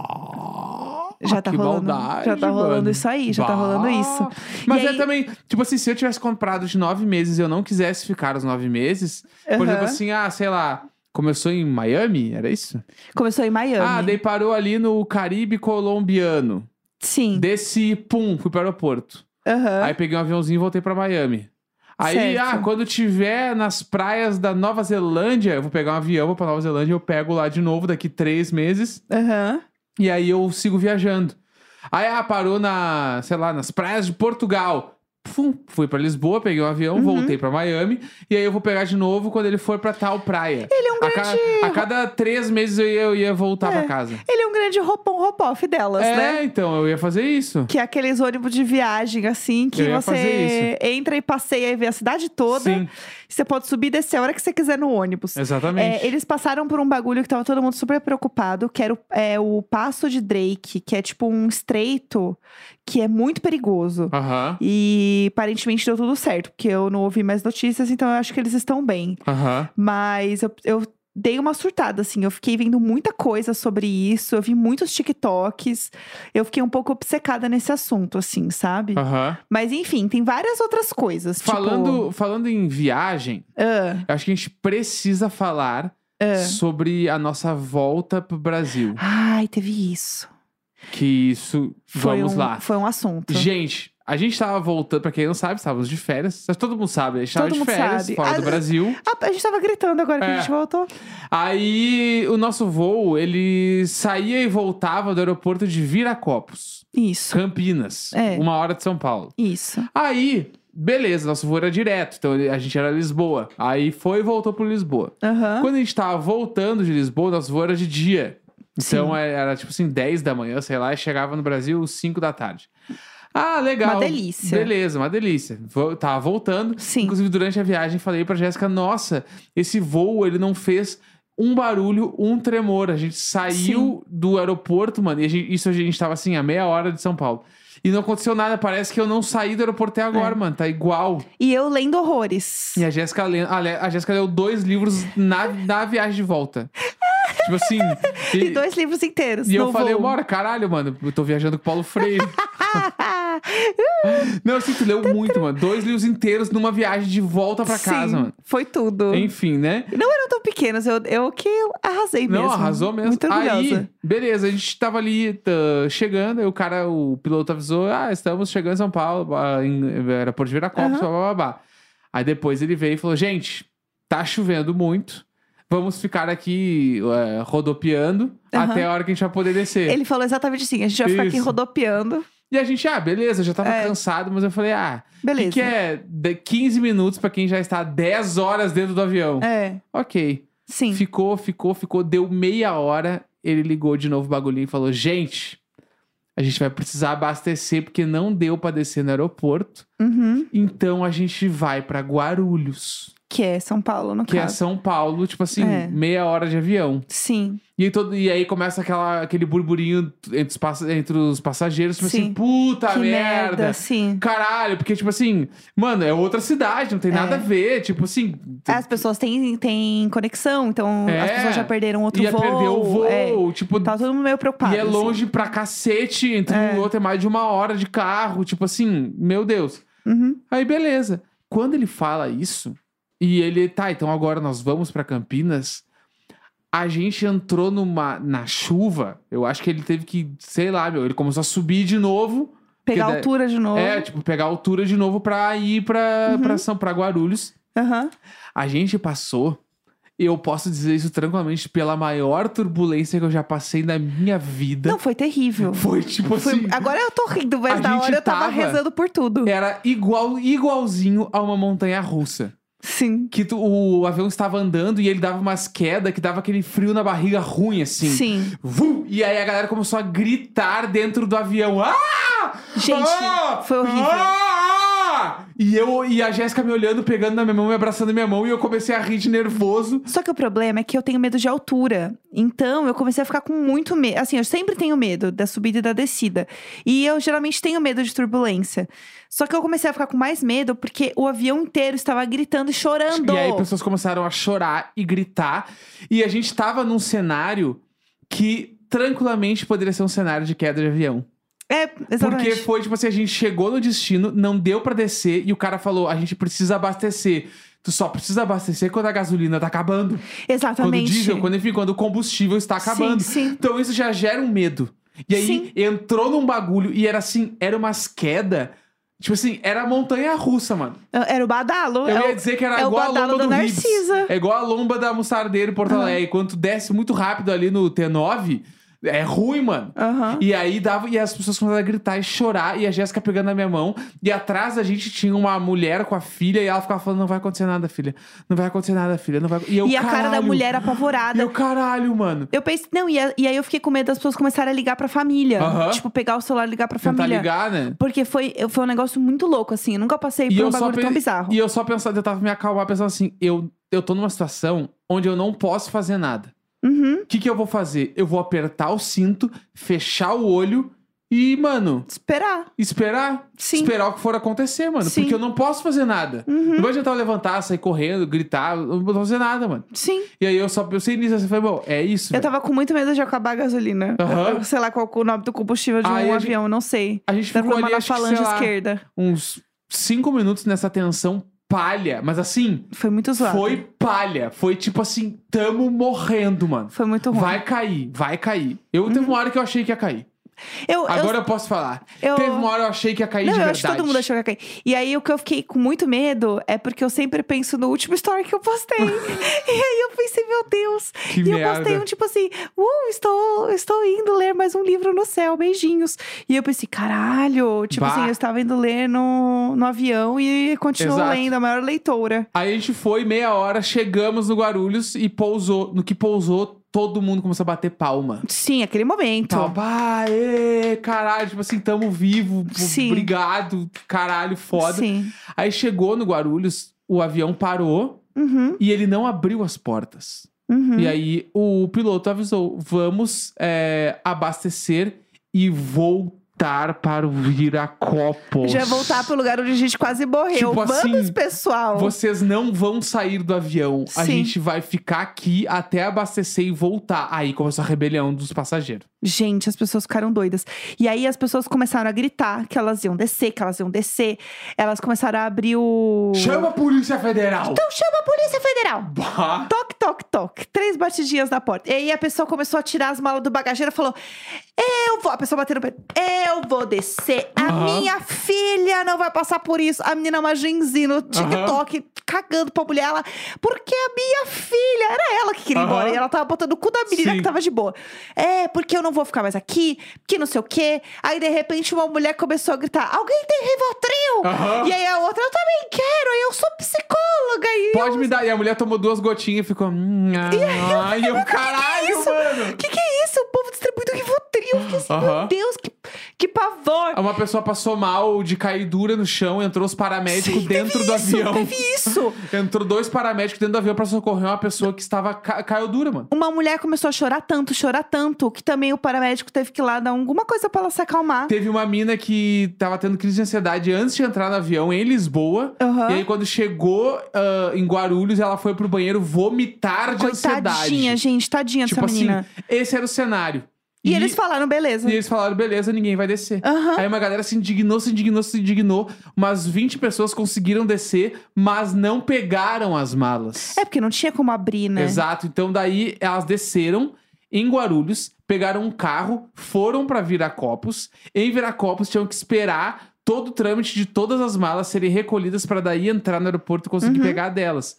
Speaker 1: Bah,
Speaker 2: Já tá
Speaker 1: Ah, que
Speaker 2: rolando.
Speaker 1: Maldade,
Speaker 2: já tá rolando
Speaker 1: mano.
Speaker 2: isso aí, já tá
Speaker 1: Bah.
Speaker 2: rolando isso.
Speaker 1: Mas
Speaker 2: E
Speaker 1: é
Speaker 2: aí-
Speaker 1: também, tipo assim, se eu tivesse comprado de nove meses e eu não quisesse ficar os nove meses, por
Speaker 2: Aham.
Speaker 1: exemplo, assim, ah, sei lá, começou em Miami, era isso?
Speaker 2: Começou em Miami.
Speaker 1: Ah, daí parou ali no Caribe colombiano.
Speaker 2: Sim.
Speaker 1: Desci, pum, fui pro aeroporto.
Speaker 2: Aham.
Speaker 1: Aí peguei um aviãozinho e voltei pra Miami. Aí,
Speaker 2: Certo.
Speaker 1: ah, quando tiver nas praias da Nova Zelândia, eu vou pegar um avião, vou pra Nova Zelândia, eu pego lá de novo daqui três meses.
Speaker 2: Aham.
Speaker 1: E aí eu sigo viajando. Aí, ah, parou na, sei lá, nas praias de Portugal. Pum, fui pra Lisboa, peguei um avião,
Speaker 2: Uhum.
Speaker 1: voltei pra Miami. E aí eu vou pegar de novo quando ele for pra tal praia.
Speaker 2: Ele é um
Speaker 1: a,
Speaker 2: grande.
Speaker 1: cada, a cada três meses eu ia, eu ia voltar
Speaker 2: É.
Speaker 1: pra casa.
Speaker 2: Ele é um grande roupão ropoff delas,
Speaker 1: É,
Speaker 2: né?
Speaker 1: então, eu ia fazer isso.
Speaker 2: Que é aqueles ônibus de viagem, assim, que
Speaker 1: Eu ia
Speaker 2: você
Speaker 1: fazer
Speaker 2: entra e passeia e vê a cidade toda.
Speaker 1: Sim,
Speaker 2: Você pode subir e descer a hora que você quiser no ônibus.
Speaker 1: exatamente.
Speaker 2: É, eles passaram por um bagulho que tava todo mundo super preocupado, que era o, é, o passo de Drake, que é tipo um estreito que é muito perigoso.
Speaker 1: Aham,
Speaker 2: E aparentemente deu tudo certo, porque eu não ouvi mais notícias, então eu acho que eles estão bem.
Speaker 1: aham.
Speaker 2: Mas eu, eu dei uma surtada, assim. Eu fiquei vendo muita coisa sobre isso. Eu vi muitos TikToks. Eu fiquei um pouco obcecada nesse assunto, assim, sabe?
Speaker 1: Aham.
Speaker 2: Mas enfim, tem várias outras coisas. tipo-
Speaker 1: Falando, falando em viagem,
Speaker 2: Ah,
Speaker 1: eu acho que a gente precisa falar
Speaker 2: É.
Speaker 1: sobre a nossa volta pro Brasil.
Speaker 2: Ai, teve isso.
Speaker 1: Que isso.
Speaker 2: Foi
Speaker 1: vamos
Speaker 2: um,
Speaker 1: lá.
Speaker 2: Foi um assunto.
Speaker 1: Gente, a gente tava voltando, pra quem não sabe, estávamos de férias. Mas Todo mundo sabe, a gente tava
Speaker 2: Todo
Speaker 1: de
Speaker 2: mundo
Speaker 1: férias
Speaker 2: sabe.
Speaker 1: fora
Speaker 2: Ah,
Speaker 1: do Brasil.
Speaker 2: Ah, a gente tava gritando agora que
Speaker 1: É.
Speaker 2: a gente voltou.
Speaker 1: Aí o nosso voo, ele saía e voltava do aeroporto de Viracopos,
Speaker 2: Isso,
Speaker 1: Campinas,
Speaker 2: É.
Speaker 1: uma hora de São Paulo.
Speaker 2: isso.
Speaker 1: Aí, beleza, nosso voo era direto, então a gente era Lisboa. Aí foi e voltou pro Lisboa.
Speaker 2: Aham.
Speaker 1: Quando a gente tava voltando de Lisboa, nosso voo era de dia. Então é- era tipo assim, 10 da manhã, sei lá, e chegava no Brasil 5 da tarde. Ah, legal.
Speaker 2: Uma delícia.
Speaker 1: Beleza, uma delícia. Vo- tava voltando.
Speaker 2: Sim.
Speaker 1: Inclusive, durante a viagem, falei pra Jéssica: nossa, esse voo ele não fez um barulho, um tremor. A gente saiu do aeroporto, mano, e a gente- isso a gente tava assim, a meia hora de São Paulo. E não aconteceu nada, parece que eu não saí do aeroporto até agora,
Speaker 2: É.
Speaker 1: mano. Tá igual.
Speaker 2: E eu lendo horrores.
Speaker 1: E a Jéssica lê, ah, lê- a Jéssica leu dois livros na, na viagem de volta. tipo assim.
Speaker 2: [laughs] E,
Speaker 1: E,
Speaker 2: dois livros inteiros.
Speaker 1: e eu
Speaker 2: no
Speaker 1: falei
Speaker 2: voo.
Speaker 1: uma
Speaker 2: [laughs]
Speaker 1: hora, caralho, mano, eu tô viajando com o Paulo Freire. Não, assim, tu leu muito, mano. Dois livros inteiros numa viagem de volta [laughs] pra casa,
Speaker 2: Sim,
Speaker 1: mano.
Speaker 2: Foi tudo.
Speaker 1: Enfim, né?
Speaker 2: Não eram tão pequenos, eu, eu que arrasei
Speaker 1: Não,
Speaker 2: mesmo.
Speaker 1: arrasou mesmo.
Speaker 2: Muito orgulhosa.
Speaker 1: Aí, beleza, a gente tava ali tá, chegando, aí o cara, o piloto avisou: ah, estamos chegando em São Paulo, ah, em aeroporto de Viracopos,
Speaker 2: Aham.
Speaker 1: blá, blá, blá, blá. Aí depois ele veio e falou: gente, tá chovendo muito, vamos ficar aqui eh, rodopiando
Speaker 2: Aham.
Speaker 1: até a hora que a gente vai poder descer.
Speaker 2: Ele falou exatamente assim: a gente vai ficar aqui
Speaker 1: Isso.
Speaker 2: rodopiando.
Speaker 1: E a gente, ah, beleza, já tava
Speaker 2: É.
Speaker 1: cansado, mas eu falei: ah, o que
Speaker 2: Beleza.
Speaker 1: que é de- 15 minutos pra quem já está 10 horas dentro do avião?
Speaker 2: É,
Speaker 1: Ok.
Speaker 2: sim.
Speaker 1: Ficou, ficou, ficou. Deu meia hora. Ele ligou de novo o bagulhinho e falou: Gente, a gente vai precisar abastecer porque não deu pra descer no aeroporto.
Speaker 2: Uhum.
Speaker 1: Então a gente vai pra Guarulhos,
Speaker 2: Que é São Paulo, no
Speaker 1: que é
Speaker 2: caso.
Speaker 1: São Paulo, tipo assim,
Speaker 2: É.
Speaker 1: meia hora de avião.
Speaker 2: Sim.
Speaker 1: E aí, todo, e aí começa aquela, aquele burburinho entre os, pass- entre os passageiros, tipo
Speaker 2: Sim.
Speaker 1: assim: Puta
Speaker 2: que merda.
Speaker 1: merda.
Speaker 2: sim.
Speaker 1: Caralho, porque, tipo assim, mano, é outra cidade, não tem nada a ver. Tipo assim,
Speaker 2: As pessoas têm, têm conexão, então
Speaker 1: É.
Speaker 2: as pessoas já perderam outro
Speaker 1: ia
Speaker 2: voo.
Speaker 1: perder o voo.
Speaker 2: é.
Speaker 1: Tipo,
Speaker 2: Tá todo mundo meio preocupado.
Speaker 1: E é
Speaker 2: assim.
Speaker 1: longe pra cacete, entre um
Speaker 2: É.
Speaker 1: e outro é mais de uma hora de carro, tipo assim, meu Deus.
Speaker 2: Uhum.
Speaker 1: Aí beleza. Quando ele fala isso, e ele, tá, então agora nós vamos pra Campinas, a gente entrou numa na chuva, eu acho que ele teve que, sei lá, meu, ele começou a subir de novo,
Speaker 2: Pegar
Speaker 1: daí-
Speaker 2: altura de novo.
Speaker 1: é, tipo, pegar altura de novo pra ir pra,
Speaker 2: Uhum.
Speaker 1: pra São pra Guarulhos.
Speaker 2: Aham.
Speaker 1: A gente passou, eu posso dizer isso tranquilamente, pela maior turbulência que eu já passei na minha vida.
Speaker 2: Não, foi terrível.
Speaker 1: Foi tipo
Speaker 2: Foi-
Speaker 1: assim.
Speaker 2: Agora eu tô rindo, mas
Speaker 1: A
Speaker 2: na
Speaker 1: gente
Speaker 2: hora eu tava,
Speaker 1: tava-
Speaker 2: rezando por tudo.
Speaker 1: Era igual, igualzinho a uma montanha russa.
Speaker 2: Sim.
Speaker 1: Que tu- o avião estava andando e ele dava umas quedas que dava aquele frio na barriga ruim, assim.
Speaker 2: Sim.
Speaker 1: Vum! E aí a galera começou a gritar dentro do avião. Ah!
Speaker 2: Gente,
Speaker 1: Ah!
Speaker 2: foi horrível.
Speaker 1: Ah! E eu e a Jéssica me olhando, pegando na minha mão, me abraçando na minha mão, e eu comecei a rir de nervoso.
Speaker 2: Só que o problema é que eu tenho medo de altura. Então, eu comecei a ficar com muito medo. Assim, eu sempre tenho medo da subida e da descida. E eu geralmente tenho medo de turbulência. Só que eu comecei a ficar com mais medo porque o avião inteiro estava gritando e chorando.
Speaker 1: E aí pessoas começaram a chorar e gritar. E a gente tava num cenário que tranquilamente poderia ser um cenário de queda de avião.
Speaker 2: É, exatamente.
Speaker 1: Porque foi tipo assim, a gente chegou no destino, não deu pra descer e o cara falou: "A gente precisa abastecer". Tu só precisa abastecer quando a gasolina tá acabando, quando o
Speaker 2: Exatamente.
Speaker 1: diesel, quando enfim, quando o combustível está acabando.
Speaker 2: Sim, sim.
Speaker 1: Então isso já gera um medo. E aí
Speaker 2: Sim.
Speaker 1: entrou num bagulho e era assim, era umas queda, tipo assim, era montanha russa, mano.
Speaker 2: Ah, Era o badalo.
Speaker 1: Eu
Speaker 2: é o-
Speaker 1: ia dizer que era
Speaker 2: é o
Speaker 1: igual a
Speaker 2: badalo
Speaker 1: lomba do
Speaker 2: da
Speaker 1: Ribs.
Speaker 2: Narcisa.
Speaker 1: É igual a lomba da Mostardeira em Porto
Speaker 2: Aham.
Speaker 1: Alegre. Quando tu desce muito rápido ali no T9, é ruim, mano.
Speaker 2: Aham.
Speaker 1: E aí dava, e as pessoas começaram a gritar e chorar, e a Jéssica pegando na minha mão. E atrás da gente tinha uma mulher com a filha, e ela ficava falando: não vai acontecer nada, filha. Não vai acontecer nada, filha. Não vai... E, eu,
Speaker 2: E a cara da
Speaker 1: "Caralho".
Speaker 2: mulher
Speaker 1: E
Speaker 2: apavorada.
Speaker 1: eu, caralho, mano.
Speaker 2: Eu pensei, não, e, a- e aí eu fiquei com medo das pessoas começarem a ligar pra família.
Speaker 1: Aham.
Speaker 2: Tipo, pegar o celular e ligar pra
Speaker 1: Tentar
Speaker 2: família.
Speaker 1: ligar, né?
Speaker 2: Porque foi, foi um negócio muito louco, assim. Eu nunca passei por um bagulho tão
Speaker 1: pe-
Speaker 2: bizarro.
Speaker 1: E eu só pensava, eu tava me acalmar, pensando assim: eu, eu tô numa situação onde eu não posso fazer nada.
Speaker 2: Uhum.
Speaker 1: O que, que eu vou fazer? Eu vou apertar o cinto, fechar o olho e, mano,
Speaker 2: Esperar.
Speaker 1: esperar.
Speaker 2: Sim.
Speaker 1: Esperar o que for acontecer, mano.
Speaker 2: Sim. Uhum.
Speaker 1: Porque eu não posso fazer nada. Não vai adiantar eu levantar, sair correndo, gritar, eu não vou fazer nada, mano.
Speaker 2: Sim.
Speaker 1: E aí eu só pensei nisso, assim, falei, bom, é isso.
Speaker 2: Eu
Speaker 1: velho.
Speaker 2: tava com muito medo de acabar a gasolina.
Speaker 1: Aham.
Speaker 2: Eu- Sei lá qual o nome do combustível de
Speaker 1: Aí
Speaker 2: um
Speaker 1: a gente-
Speaker 2: avião, não sei.
Speaker 1: A gente
Speaker 2: Deve
Speaker 1: ficou
Speaker 2: uma
Speaker 1: ali,
Speaker 2: na
Speaker 1: acho que,
Speaker 2: falange
Speaker 1: sei lá,
Speaker 2: esquerda.
Speaker 1: uns cinco minutos nessa tensão palha. Mas assim,
Speaker 2: Foi muito zoado.
Speaker 1: foi palha. Foi tipo assim, tamo morrendo, mano.
Speaker 2: Foi muito ruim.
Speaker 1: Vai cair, vai cair. Eu teve uma hora que eu achei que ia cair.
Speaker 2: Uhum. Eu, eu-
Speaker 1: Agora eu, posso falar.
Speaker 2: eu-
Speaker 1: Teve uma hora eu achei que ia cair
Speaker 2: Não,
Speaker 1: de
Speaker 2: eu
Speaker 1: verdade.
Speaker 2: acho que todo mundo achou que ia cair. E aí, o que eu fiquei com muito medo é porque eu sempre penso no último story que eu
Speaker 1: [laughs]
Speaker 2: postei. e aí, eu pensei, meu Deus.
Speaker 1: Que
Speaker 2: e eu postei
Speaker 1: merda.
Speaker 2: um tipo assim, uh, estou, estou indo ler mais um livro no céu, beijinhos. E eu pensei, caralho. Tipo
Speaker 1: Bah.
Speaker 2: assim, eu estava indo ler no, no avião e continuo
Speaker 1: Exato.
Speaker 2: lendo, a maior leitora.
Speaker 1: Aí a gente foi meia hora, chegamos no Guarulhos e pousou. No que pousou, todo mundo começou a bater palma.
Speaker 2: Sim, aquele momento.
Speaker 1: Tá Palma, aê, caralho, tipo assim, tamo vivo, p-
Speaker 2: Sim.
Speaker 1: obrigado, caralho, foda.
Speaker 2: Sim.
Speaker 1: Aí chegou no Guarulhos, o avião parou
Speaker 2: Uhum,
Speaker 1: e ele não abriu as portas.
Speaker 2: uhum.
Speaker 1: E aí o piloto avisou: vamos é, abastecer e voltar para o Viracopos.
Speaker 2: Já voltar pro lugar onde a gente quase morreu.
Speaker 1: Tipo
Speaker 2: Vamos,
Speaker 1: assim,
Speaker 2: pessoal.
Speaker 1: Vocês não vão sair do avião. A
Speaker 2: Então, Sim.
Speaker 1: gente vai ficar aqui até abastecer e voltar. Aí começou a rebelião dos passageiros.
Speaker 2: Gente, as pessoas ficaram doidas. E aí as pessoas começaram a gritar que elas iam descer, que elas iam descer. Elas começaram a abrir o.
Speaker 1: Chama a Polícia Federal!
Speaker 2: Então chama a Polícia Federal!
Speaker 1: Bah.
Speaker 2: Toque, toque, toque. Três batidinhas na porta. E aí a pessoa começou a tirar as malas do bagageiro e falou: Eu vou. A pessoa bateu no peito. Eu vou descer. A
Speaker 1: Aham.
Speaker 2: minha filha não vai passar por isso. A menina é uma genzi no TikTok, cagando pra mulher. Ela, porque a minha filha. Era ela que queria ir
Speaker 1: Aham.
Speaker 2: embora. E ela tava botando o cu da menina
Speaker 1: Sim.
Speaker 2: que tava de boa. É, porque eu não vou ficar mais aqui. Porque não sei o quê. Aí de repente uma mulher começou a gritar: Alguém tem Rivotril?
Speaker 1: Aham.
Speaker 2: E aí a outra: Eu também quero. Eu sou psicóloga. E
Speaker 1: Pode me dar. E a mulher tomou duas gotinhas e ficou. "Hum, ah", E eu, caralho,
Speaker 2: isso?
Speaker 1: mano!
Speaker 2: O que, que é isso? O povo distribuindo Rivotril. Eu fiquei assim,
Speaker 1: Aham.
Speaker 2: meu Deus, que, que pavor.
Speaker 1: Uma pessoa passou mal de cair dura no chão, entrou os paramédicos
Speaker 2: Sim,
Speaker 1: tipo, dentro
Speaker 2: teve
Speaker 1: do
Speaker 2: isso,
Speaker 1: avião.
Speaker 2: Teve isso.
Speaker 1: Entrou dois paramédicos dentro do avião pra socorrer uma pessoa que estava. ca- caiu dura, mano.
Speaker 2: Uma mulher começou a chorar tanto, chorar tanto, que também o paramédico teve que ir lá dar alguma coisa pra ela se acalmar.
Speaker 1: Teve uma mina que tava tendo crise de ansiedade antes de entrar no avião em Lisboa.
Speaker 2: Aham.
Speaker 1: E aí, quando chegou ah, em Guarulhos, ela foi pro banheiro vomitar de
Speaker 2: Coitadinha,
Speaker 1: ansiedade.
Speaker 2: gente, tadinha
Speaker 1: Tipo
Speaker 2: dessa
Speaker 1: assim,
Speaker 2: menina.
Speaker 1: esse era o cenário.
Speaker 2: E, eles falaram, beleza.
Speaker 1: e eles falaram, beleza, ninguém vai descer.
Speaker 2: Aham.
Speaker 1: Aí uma galera se indignou, se indignou, se indignou. Umas 20 pessoas conseguiram descer, mas não pegaram as malas.
Speaker 2: É porque não tinha como abrir, né?
Speaker 1: Exato. Então daí elas desceram em Guarulhos, pegaram um carro, foram pra Viracopos. Em Viracopos tinham que esperar todo o trâmite de todas as malas serem recolhidas pra daí entrar no aeroporto e conseguir pegar delas.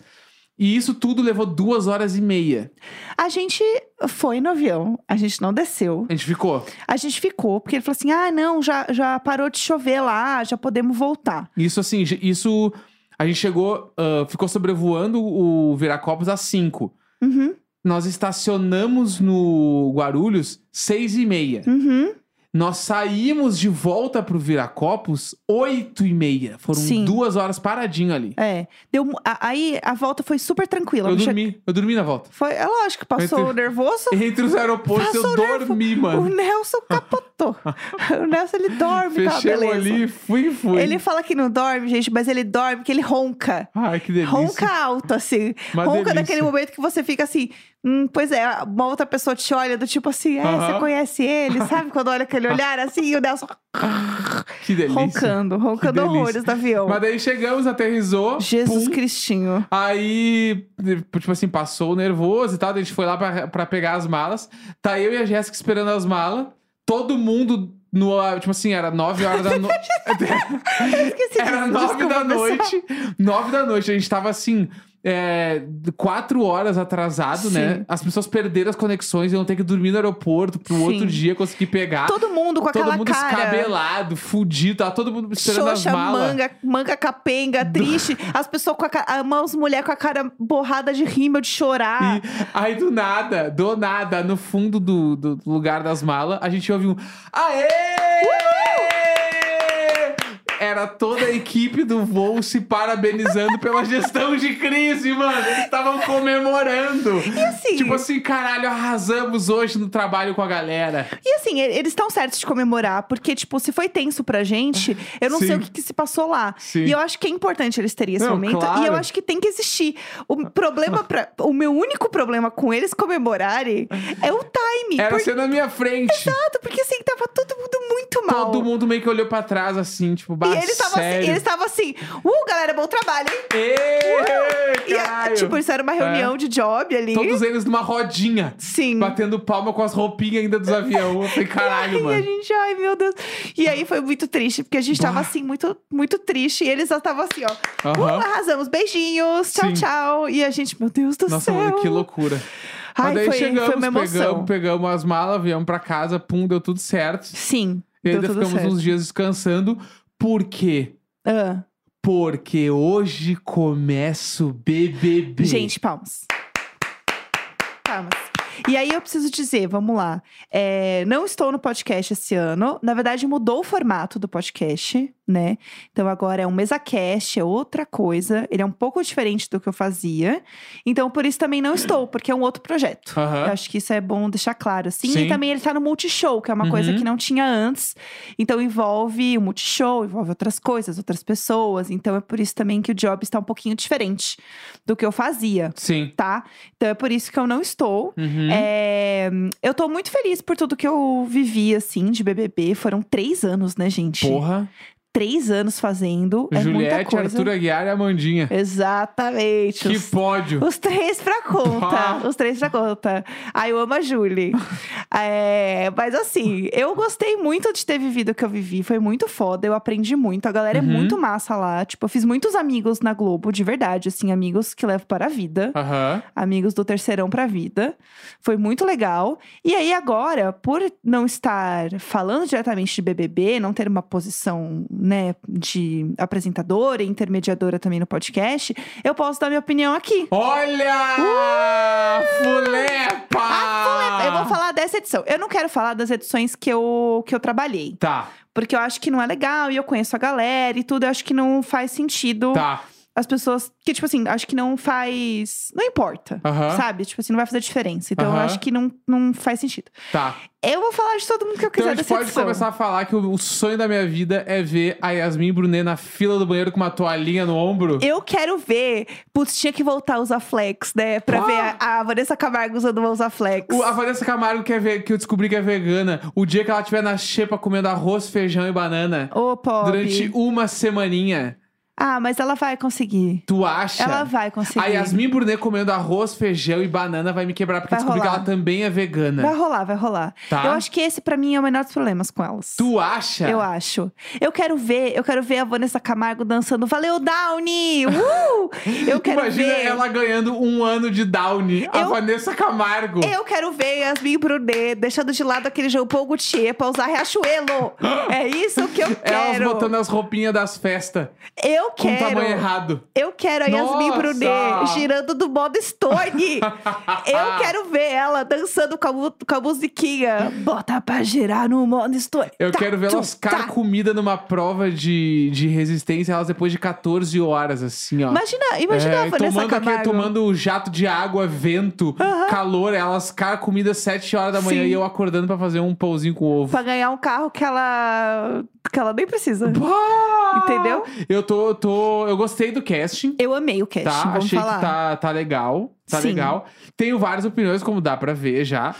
Speaker 1: E isso tudo levou duas horas e meia.
Speaker 2: A gente foi no avião, a gente não desceu.
Speaker 1: A gente ficou.
Speaker 2: A gente ficou, porque ele falou assim: ah, não, já, já parou de chover lá, já podemos voltar.
Speaker 1: Isso assim, ge- isso. A gente chegou, ah, ficou sobrevoando o Viracopos às 5.
Speaker 2: Uhum,
Speaker 1: Nós estacionamos no Guarulhos 6 e meia.
Speaker 2: uhum.
Speaker 1: Nós saímos de volta pro Viracopos 8 e meia. Foram
Speaker 2: Sim.
Speaker 1: duas horas paradinho ali.
Speaker 2: É. Deu, mu- a- aí a volta foi super tranquila.
Speaker 1: Eu
Speaker 2: Não che-
Speaker 1: dormi, eu dormi na volta.
Speaker 2: Foi, é lógico, passou
Speaker 1: Entre-
Speaker 2: o
Speaker 1: [laughs]
Speaker 2: nervoso.
Speaker 1: Entre os aeroportos eu
Speaker 2: Passou nervo-
Speaker 1: dormi,
Speaker 2: O
Speaker 1: mano.
Speaker 2: Nelson capotou. [laughs] o Nelson, ele dorme, tá?
Speaker 1: Fechei o
Speaker 2: Beleza.
Speaker 1: ali, fui e fui.
Speaker 2: Ele fala que não dorme, gente, mas ele dorme, que ele ronca.
Speaker 1: Ai, que delícia.
Speaker 2: Ronca alto, assim.
Speaker 1: Uma
Speaker 2: ronca
Speaker 1: delícia.
Speaker 2: naquele momento que você fica assim. "Hum, pois é, uma outra pessoa te olha do tipo assim, ah,
Speaker 1: Aham.
Speaker 2: você conhece
Speaker 1: [laughs]
Speaker 2: ele, sabe? Quando olha aquele olhar assim, e o Nelson
Speaker 1: Que delícia.
Speaker 2: roncando,
Speaker 1: Que
Speaker 2: roncando
Speaker 1: delícia.
Speaker 2: horrores do avião.
Speaker 1: Mas daí chegamos, aterrissou.
Speaker 2: Jesus
Speaker 1: pum.
Speaker 2: Cristinho.
Speaker 1: Aí, tipo assim, passou o nervoso e tal. daí A gente foi lá pra, pra pegar as malas. Tá eu e a Jéssica esperando as malas. Todo mundo no. ah, Tipo assim, era 9 horas
Speaker 2: [laughs]
Speaker 1: da noite.
Speaker 2: Esqueci
Speaker 1: era
Speaker 2: disso,
Speaker 1: 9
Speaker 2: desculpa,
Speaker 1: da
Speaker 2: pessoal.
Speaker 1: noite. 9 da noite. A gente tava assim. É, quatro horas atrasado, né?
Speaker 2: Sim.
Speaker 1: As pessoas perderam as conexões, iam ter que dormir no aeroporto pro
Speaker 2: Sim.
Speaker 1: outro dia conseguir pegar.
Speaker 2: Todo mundo com
Speaker 1: todo
Speaker 2: aquela
Speaker 1: mundo
Speaker 2: cara.
Speaker 1: escabelado, fudido, tava todo mundo esperando
Speaker 2: Xoxa,
Speaker 1: as malas.
Speaker 2: manga, manga
Speaker 1: [laughs]
Speaker 2: capenga, triste. As pessoas com a cara. As mulheres com a cara borrada de rímel, de chorar.
Speaker 1: E aí do nada, do nada, no fundo do, do lugar das malas, a gente ouve um Aê! Era toda a equipe do voo se parabenizando pela gestão de crise, mano. Eles estavam comemorando.
Speaker 2: E assim,
Speaker 1: Tipo assim, caralho, arrasamos hoje no trabalho com a galera.
Speaker 2: e assim, e- eles estão certos de comemorar, porque, tipo, se foi tenso pra gente, eu não
Speaker 1: Sim.
Speaker 2: sei o que, que se passou lá.
Speaker 1: Sim.
Speaker 2: E eu acho que é importante eles terem esse
Speaker 1: Não,
Speaker 2: momento.
Speaker 1: claro.
Speaker 2: E eu acho que tem que existir. O problema pra, O meu único problema com eles comemorarem é o time.
Speaker 1: Era
Speaker 2: por-
Speaker 1: ser na minha frente.
Speaker 2: Exato, porque assim, tava todo mundo muito mal.
Speaker 1: Todo mundo meio que olhou pra trás assim, tipo, bah,
Speaker 2: E eles estavam assim,
Speaker 1: sério.
Speaker 2: eles estavam assim, uh, galera, bom trabalho, hein?
Speaker 1: Ê,
Speaker 2: E,
Speaker 1: caralho. É.
Speaker 2: tipo, isso era uma reunião de job ali.
Speaker 1: Todos eles numa rodinha.
Speaker 2: Sim.
Speaker 1: batendo palma com as roupinhas ainda dos avião. Eu falei, caralho,
Speaker 2: E a
Speaker 1: mano.
Speaker 2: gente, ai meu Deus. E aí foi muito triste, porque a gente tava
Speaker 1: Bah.
Speaker 2: assim, muito, muito triste. E eles já estavam assim, ó.
Speaker 1: Aham.
Speaker 2: Uh, arrasamos, beijinhos, tchau,
Speaker 1: Sim.
Speaker 2: tchau. E a gente, meu Deus do
Speaker 1: Nossa,
Speaker 2: céu.
Speaker 1: mano, que loucura. Mas
Speaker 2: Ai,
Speaker 1: daí
Speaker 2: foi,
Speaker 1: chegamos,
Speaker 2: foi uma emoção.
Speaker 1: pegamos, pegamos as malas, viemos pra casa, pum, deu tudo certo.
Speaker 2: Sim.
Speaker 1: E
Speaker 2: deu
Speaker 1: ainda
Speaker 2: tudo
Speaker 1: ficamos
Speaker 2: certo.
Speaker 1: uns dias descansando. Por quê?
Speaker 2: Ah,
Speaker 1: Porque hoje começa o BBB.
Speaker 2: gente, palmas. Palmas. E aí eu preciso dizer, vamos lá. É, não estou no podcast esse ano. Na verdade, mudou o formato do podcast, né? Então agora é um mesa-cast, é outra coisa. Ele é um pouco diferente do que eu fazia. Então por isso também não estou, porque é um outro projeto.
Speaker 1: Aham.
Speaker 2: Eu acho que isso é bom deixar claro, assim.
Speaker 1: Sim.
Speaker 2: E também ele tá no Multishow, que é uma
Speaker 1: Uhum.
Speaker 2: coisa que não tinha antes. Então envolve o Multishow, envolve outras coisas, outras pessoas. Então é por isso também que o job está um pouquinho diferente do que eu fazia,
Speaker 1: Sim.
Speaker 2: tá? Então é por isso que eu não estou.
Speaker 1: Uhum.
Speaker 2: É, eu tô muito feliz por tudo que eu vivi, assim, de BBB. Foram três anos, né, gente?
Speaker 1: Porra.
Speaker 2: Três anos fazendo. É muita
Speaker 1: Juliette,
Speaker 2: coisa.
Speaker 1: Arthur Aguiar e Amandinha.
Speaker 2: É Exatamente.
Speaker 1: Que
Speaker 2: Os
Speaker 1: pódio.
Speaker 2: os três pra conta.
Speaker 1: Pá.
Speaker 2: Os três pra conta. Ai, eu amo a Julie. É, mas assim, eu gostei muito de ter vivido o que eu vivi. Foi muito foda. Eu aprendi muito. A galera
Speaker 1: Uhum.
Speaker 2: é muito massa lá. Tipo, eu fiz muitos amigos na Globo, de verdade. Assim, amigos que levo para a vida.
Speaker 1: Aham.
Speaker 2: Amigos do terceirão pra vida. Foi muito legal. E aí, agora, por não estar falando diretamente de BBB, não ter uma posição, né, de apresentadora e intermediadora também no podcast, eu posso dar minha opinião aqui.
Speaker 1: Olha!
Speaker 2: Uh!
Speaker 1: Fulepa!
Speaker 2: Ah, Eu
Speaker 1: Ah.
Speaker 2: vou falar dessa edição. Eu não quero falar das edições que eu, que eu trabalhei.
Speaker 1: Tá,
Speaker 2: Porque eu acho que não é legal e eu conheço a galera e tudo. Eu acho que não faz sentido
Speaker 1: tá.
Speaker 2: as pessoas. Que, tipo assim, acho que não faz. Não importa.
Speaker 1: Aham.
Speaker 2: Sabe? Tipo assim, não vai fazer diferença. Então
Speaker 1: Aham.
Speaker 2: eu acho que não, não faz sentido.
Speaker 1: Tá.
Speaker 2: Eu vou falar de todo mundo que eu
Speaker 1: Então
Speaker 2: quiser
Speaker 1: a gente
Speaker 2: dessa
Speaker 1: pode
Speaker 2: edição.
Speaker 1: começar a falar que o, o sonho da minha vida é ver a Yasmin Brunet na fila do banheiro com uma toalhinha no ombro.
Speaker 2: Eu quero ver. Putz, tinha que voltar a usar flex, né? Pra
Speaker 1: Ah!
Speaker 2: ver a, a Vanessa Camargo usando uma usar flex.
Speaker 1: O- a Vanessa Camargo que, é ve- que eu descobri que é vegana. O dia que ela estiver na xepa comendo arroz, feijão e banana
Speaker 2: Ô, pobre.
Speaker 1: durante uma semaninha,
Speaker 2: Ah, mas ela vai conseguir.
Speaker 1: tu acha?
Speaker 2: Ela vai conseguir.
Speaker 1: a Yasmin Brunet comendo arroz, feijão e banana vai me quebrar, porque eu
Speaker 2: Vai
Speaker 1: descobri
Speaker 2: rolar.
Speaker 1: que ela também é vegana.
Speaker 2: Vai rolar, vai rolar.
Speaker 1: Tá.
Speaker 2: Eu acho que esse, pra mim, é o menor dos problemas com elas.
Speaker 1: Tu acha?
Speaker 2: Eu acho. Eu quero ver, eu quero ver a Vanessa Camargo dançando Valeu, Downey! Uh!
Speaker 1: [laughs]
Speaker 2: Eu quero
Speaker 1: Imagina
Speaker 2: ver.
Speaker 1: ela ganhando um ano de Downy, a
Speaker 2: Eu-
Speaker 1: Vanessa Camargo.
Speaker 2: Eu quero ver Yasmin Brunet deixando de lado aquele Jean Paul Gaultier pra usar
Speaker 1: [gasps]
Speaker 2: Riachuelo. é isso que eu
Speaker 1: Elas
Speaker 2: quero.
Speaker 1: botando as roupinhas das festas
Speaker 2: Eu
Speaker 1: com o tamanho
Speaker 2: quero.
Speaker 1: errado.
Speaker 2: Eu quero a Yasmin
Speaker 1: Nossa!
Speaker 2: Brunet girando do modo
Speaker 1: [laughs]
Speaker 2: Stone. eu quero ver ela dançando com a, mu- com a musiquinha. Bota pra girar no modo Stone.
Speaker 1: Eu
Speaker 2: Tá,
Speaker 1: quero ver
Speaker 2: tum,
Speaker 1: elas cara
Speaker 2: tá.
Speaker 1: comida numa prova de, de resistência, elas depois de 14 horas, assim, ó.
Speaker 2: Imagina, imagina
Speaker 1: É,
Speaker 2: a Vanessa
Speaker 1: tomando, aquele-
Speaker 2: Camargo.
Speaker 1: tomando um jato de água, vento, calor, elas cara comida 7 horas da manhã
Speaker 2: Sim.
Speaker 1: e eu acordando pra fazer um pãozinho com ovo.
Speaker 2: Pra ganhar um carro que ela, que ela nem precisa.
Speaker 1: Pá!
Speaker 2: Entendeu?
Speaker 1: Eu tô, tô. Eu gostei do casting.
Speaker 2: Eu amei o cast,
Speaker 1: Tá,
Speaker 2: vamos
Speaker 1: achei
Speaker 2: falar.
Speaker 1: que tá, tá legal. Tá
Speaker 2: Sim.
Speaker 1: legal. Tenho várias opiniões, como dá pra
Speaker 2: [laughs]
Speaker 1: ver já.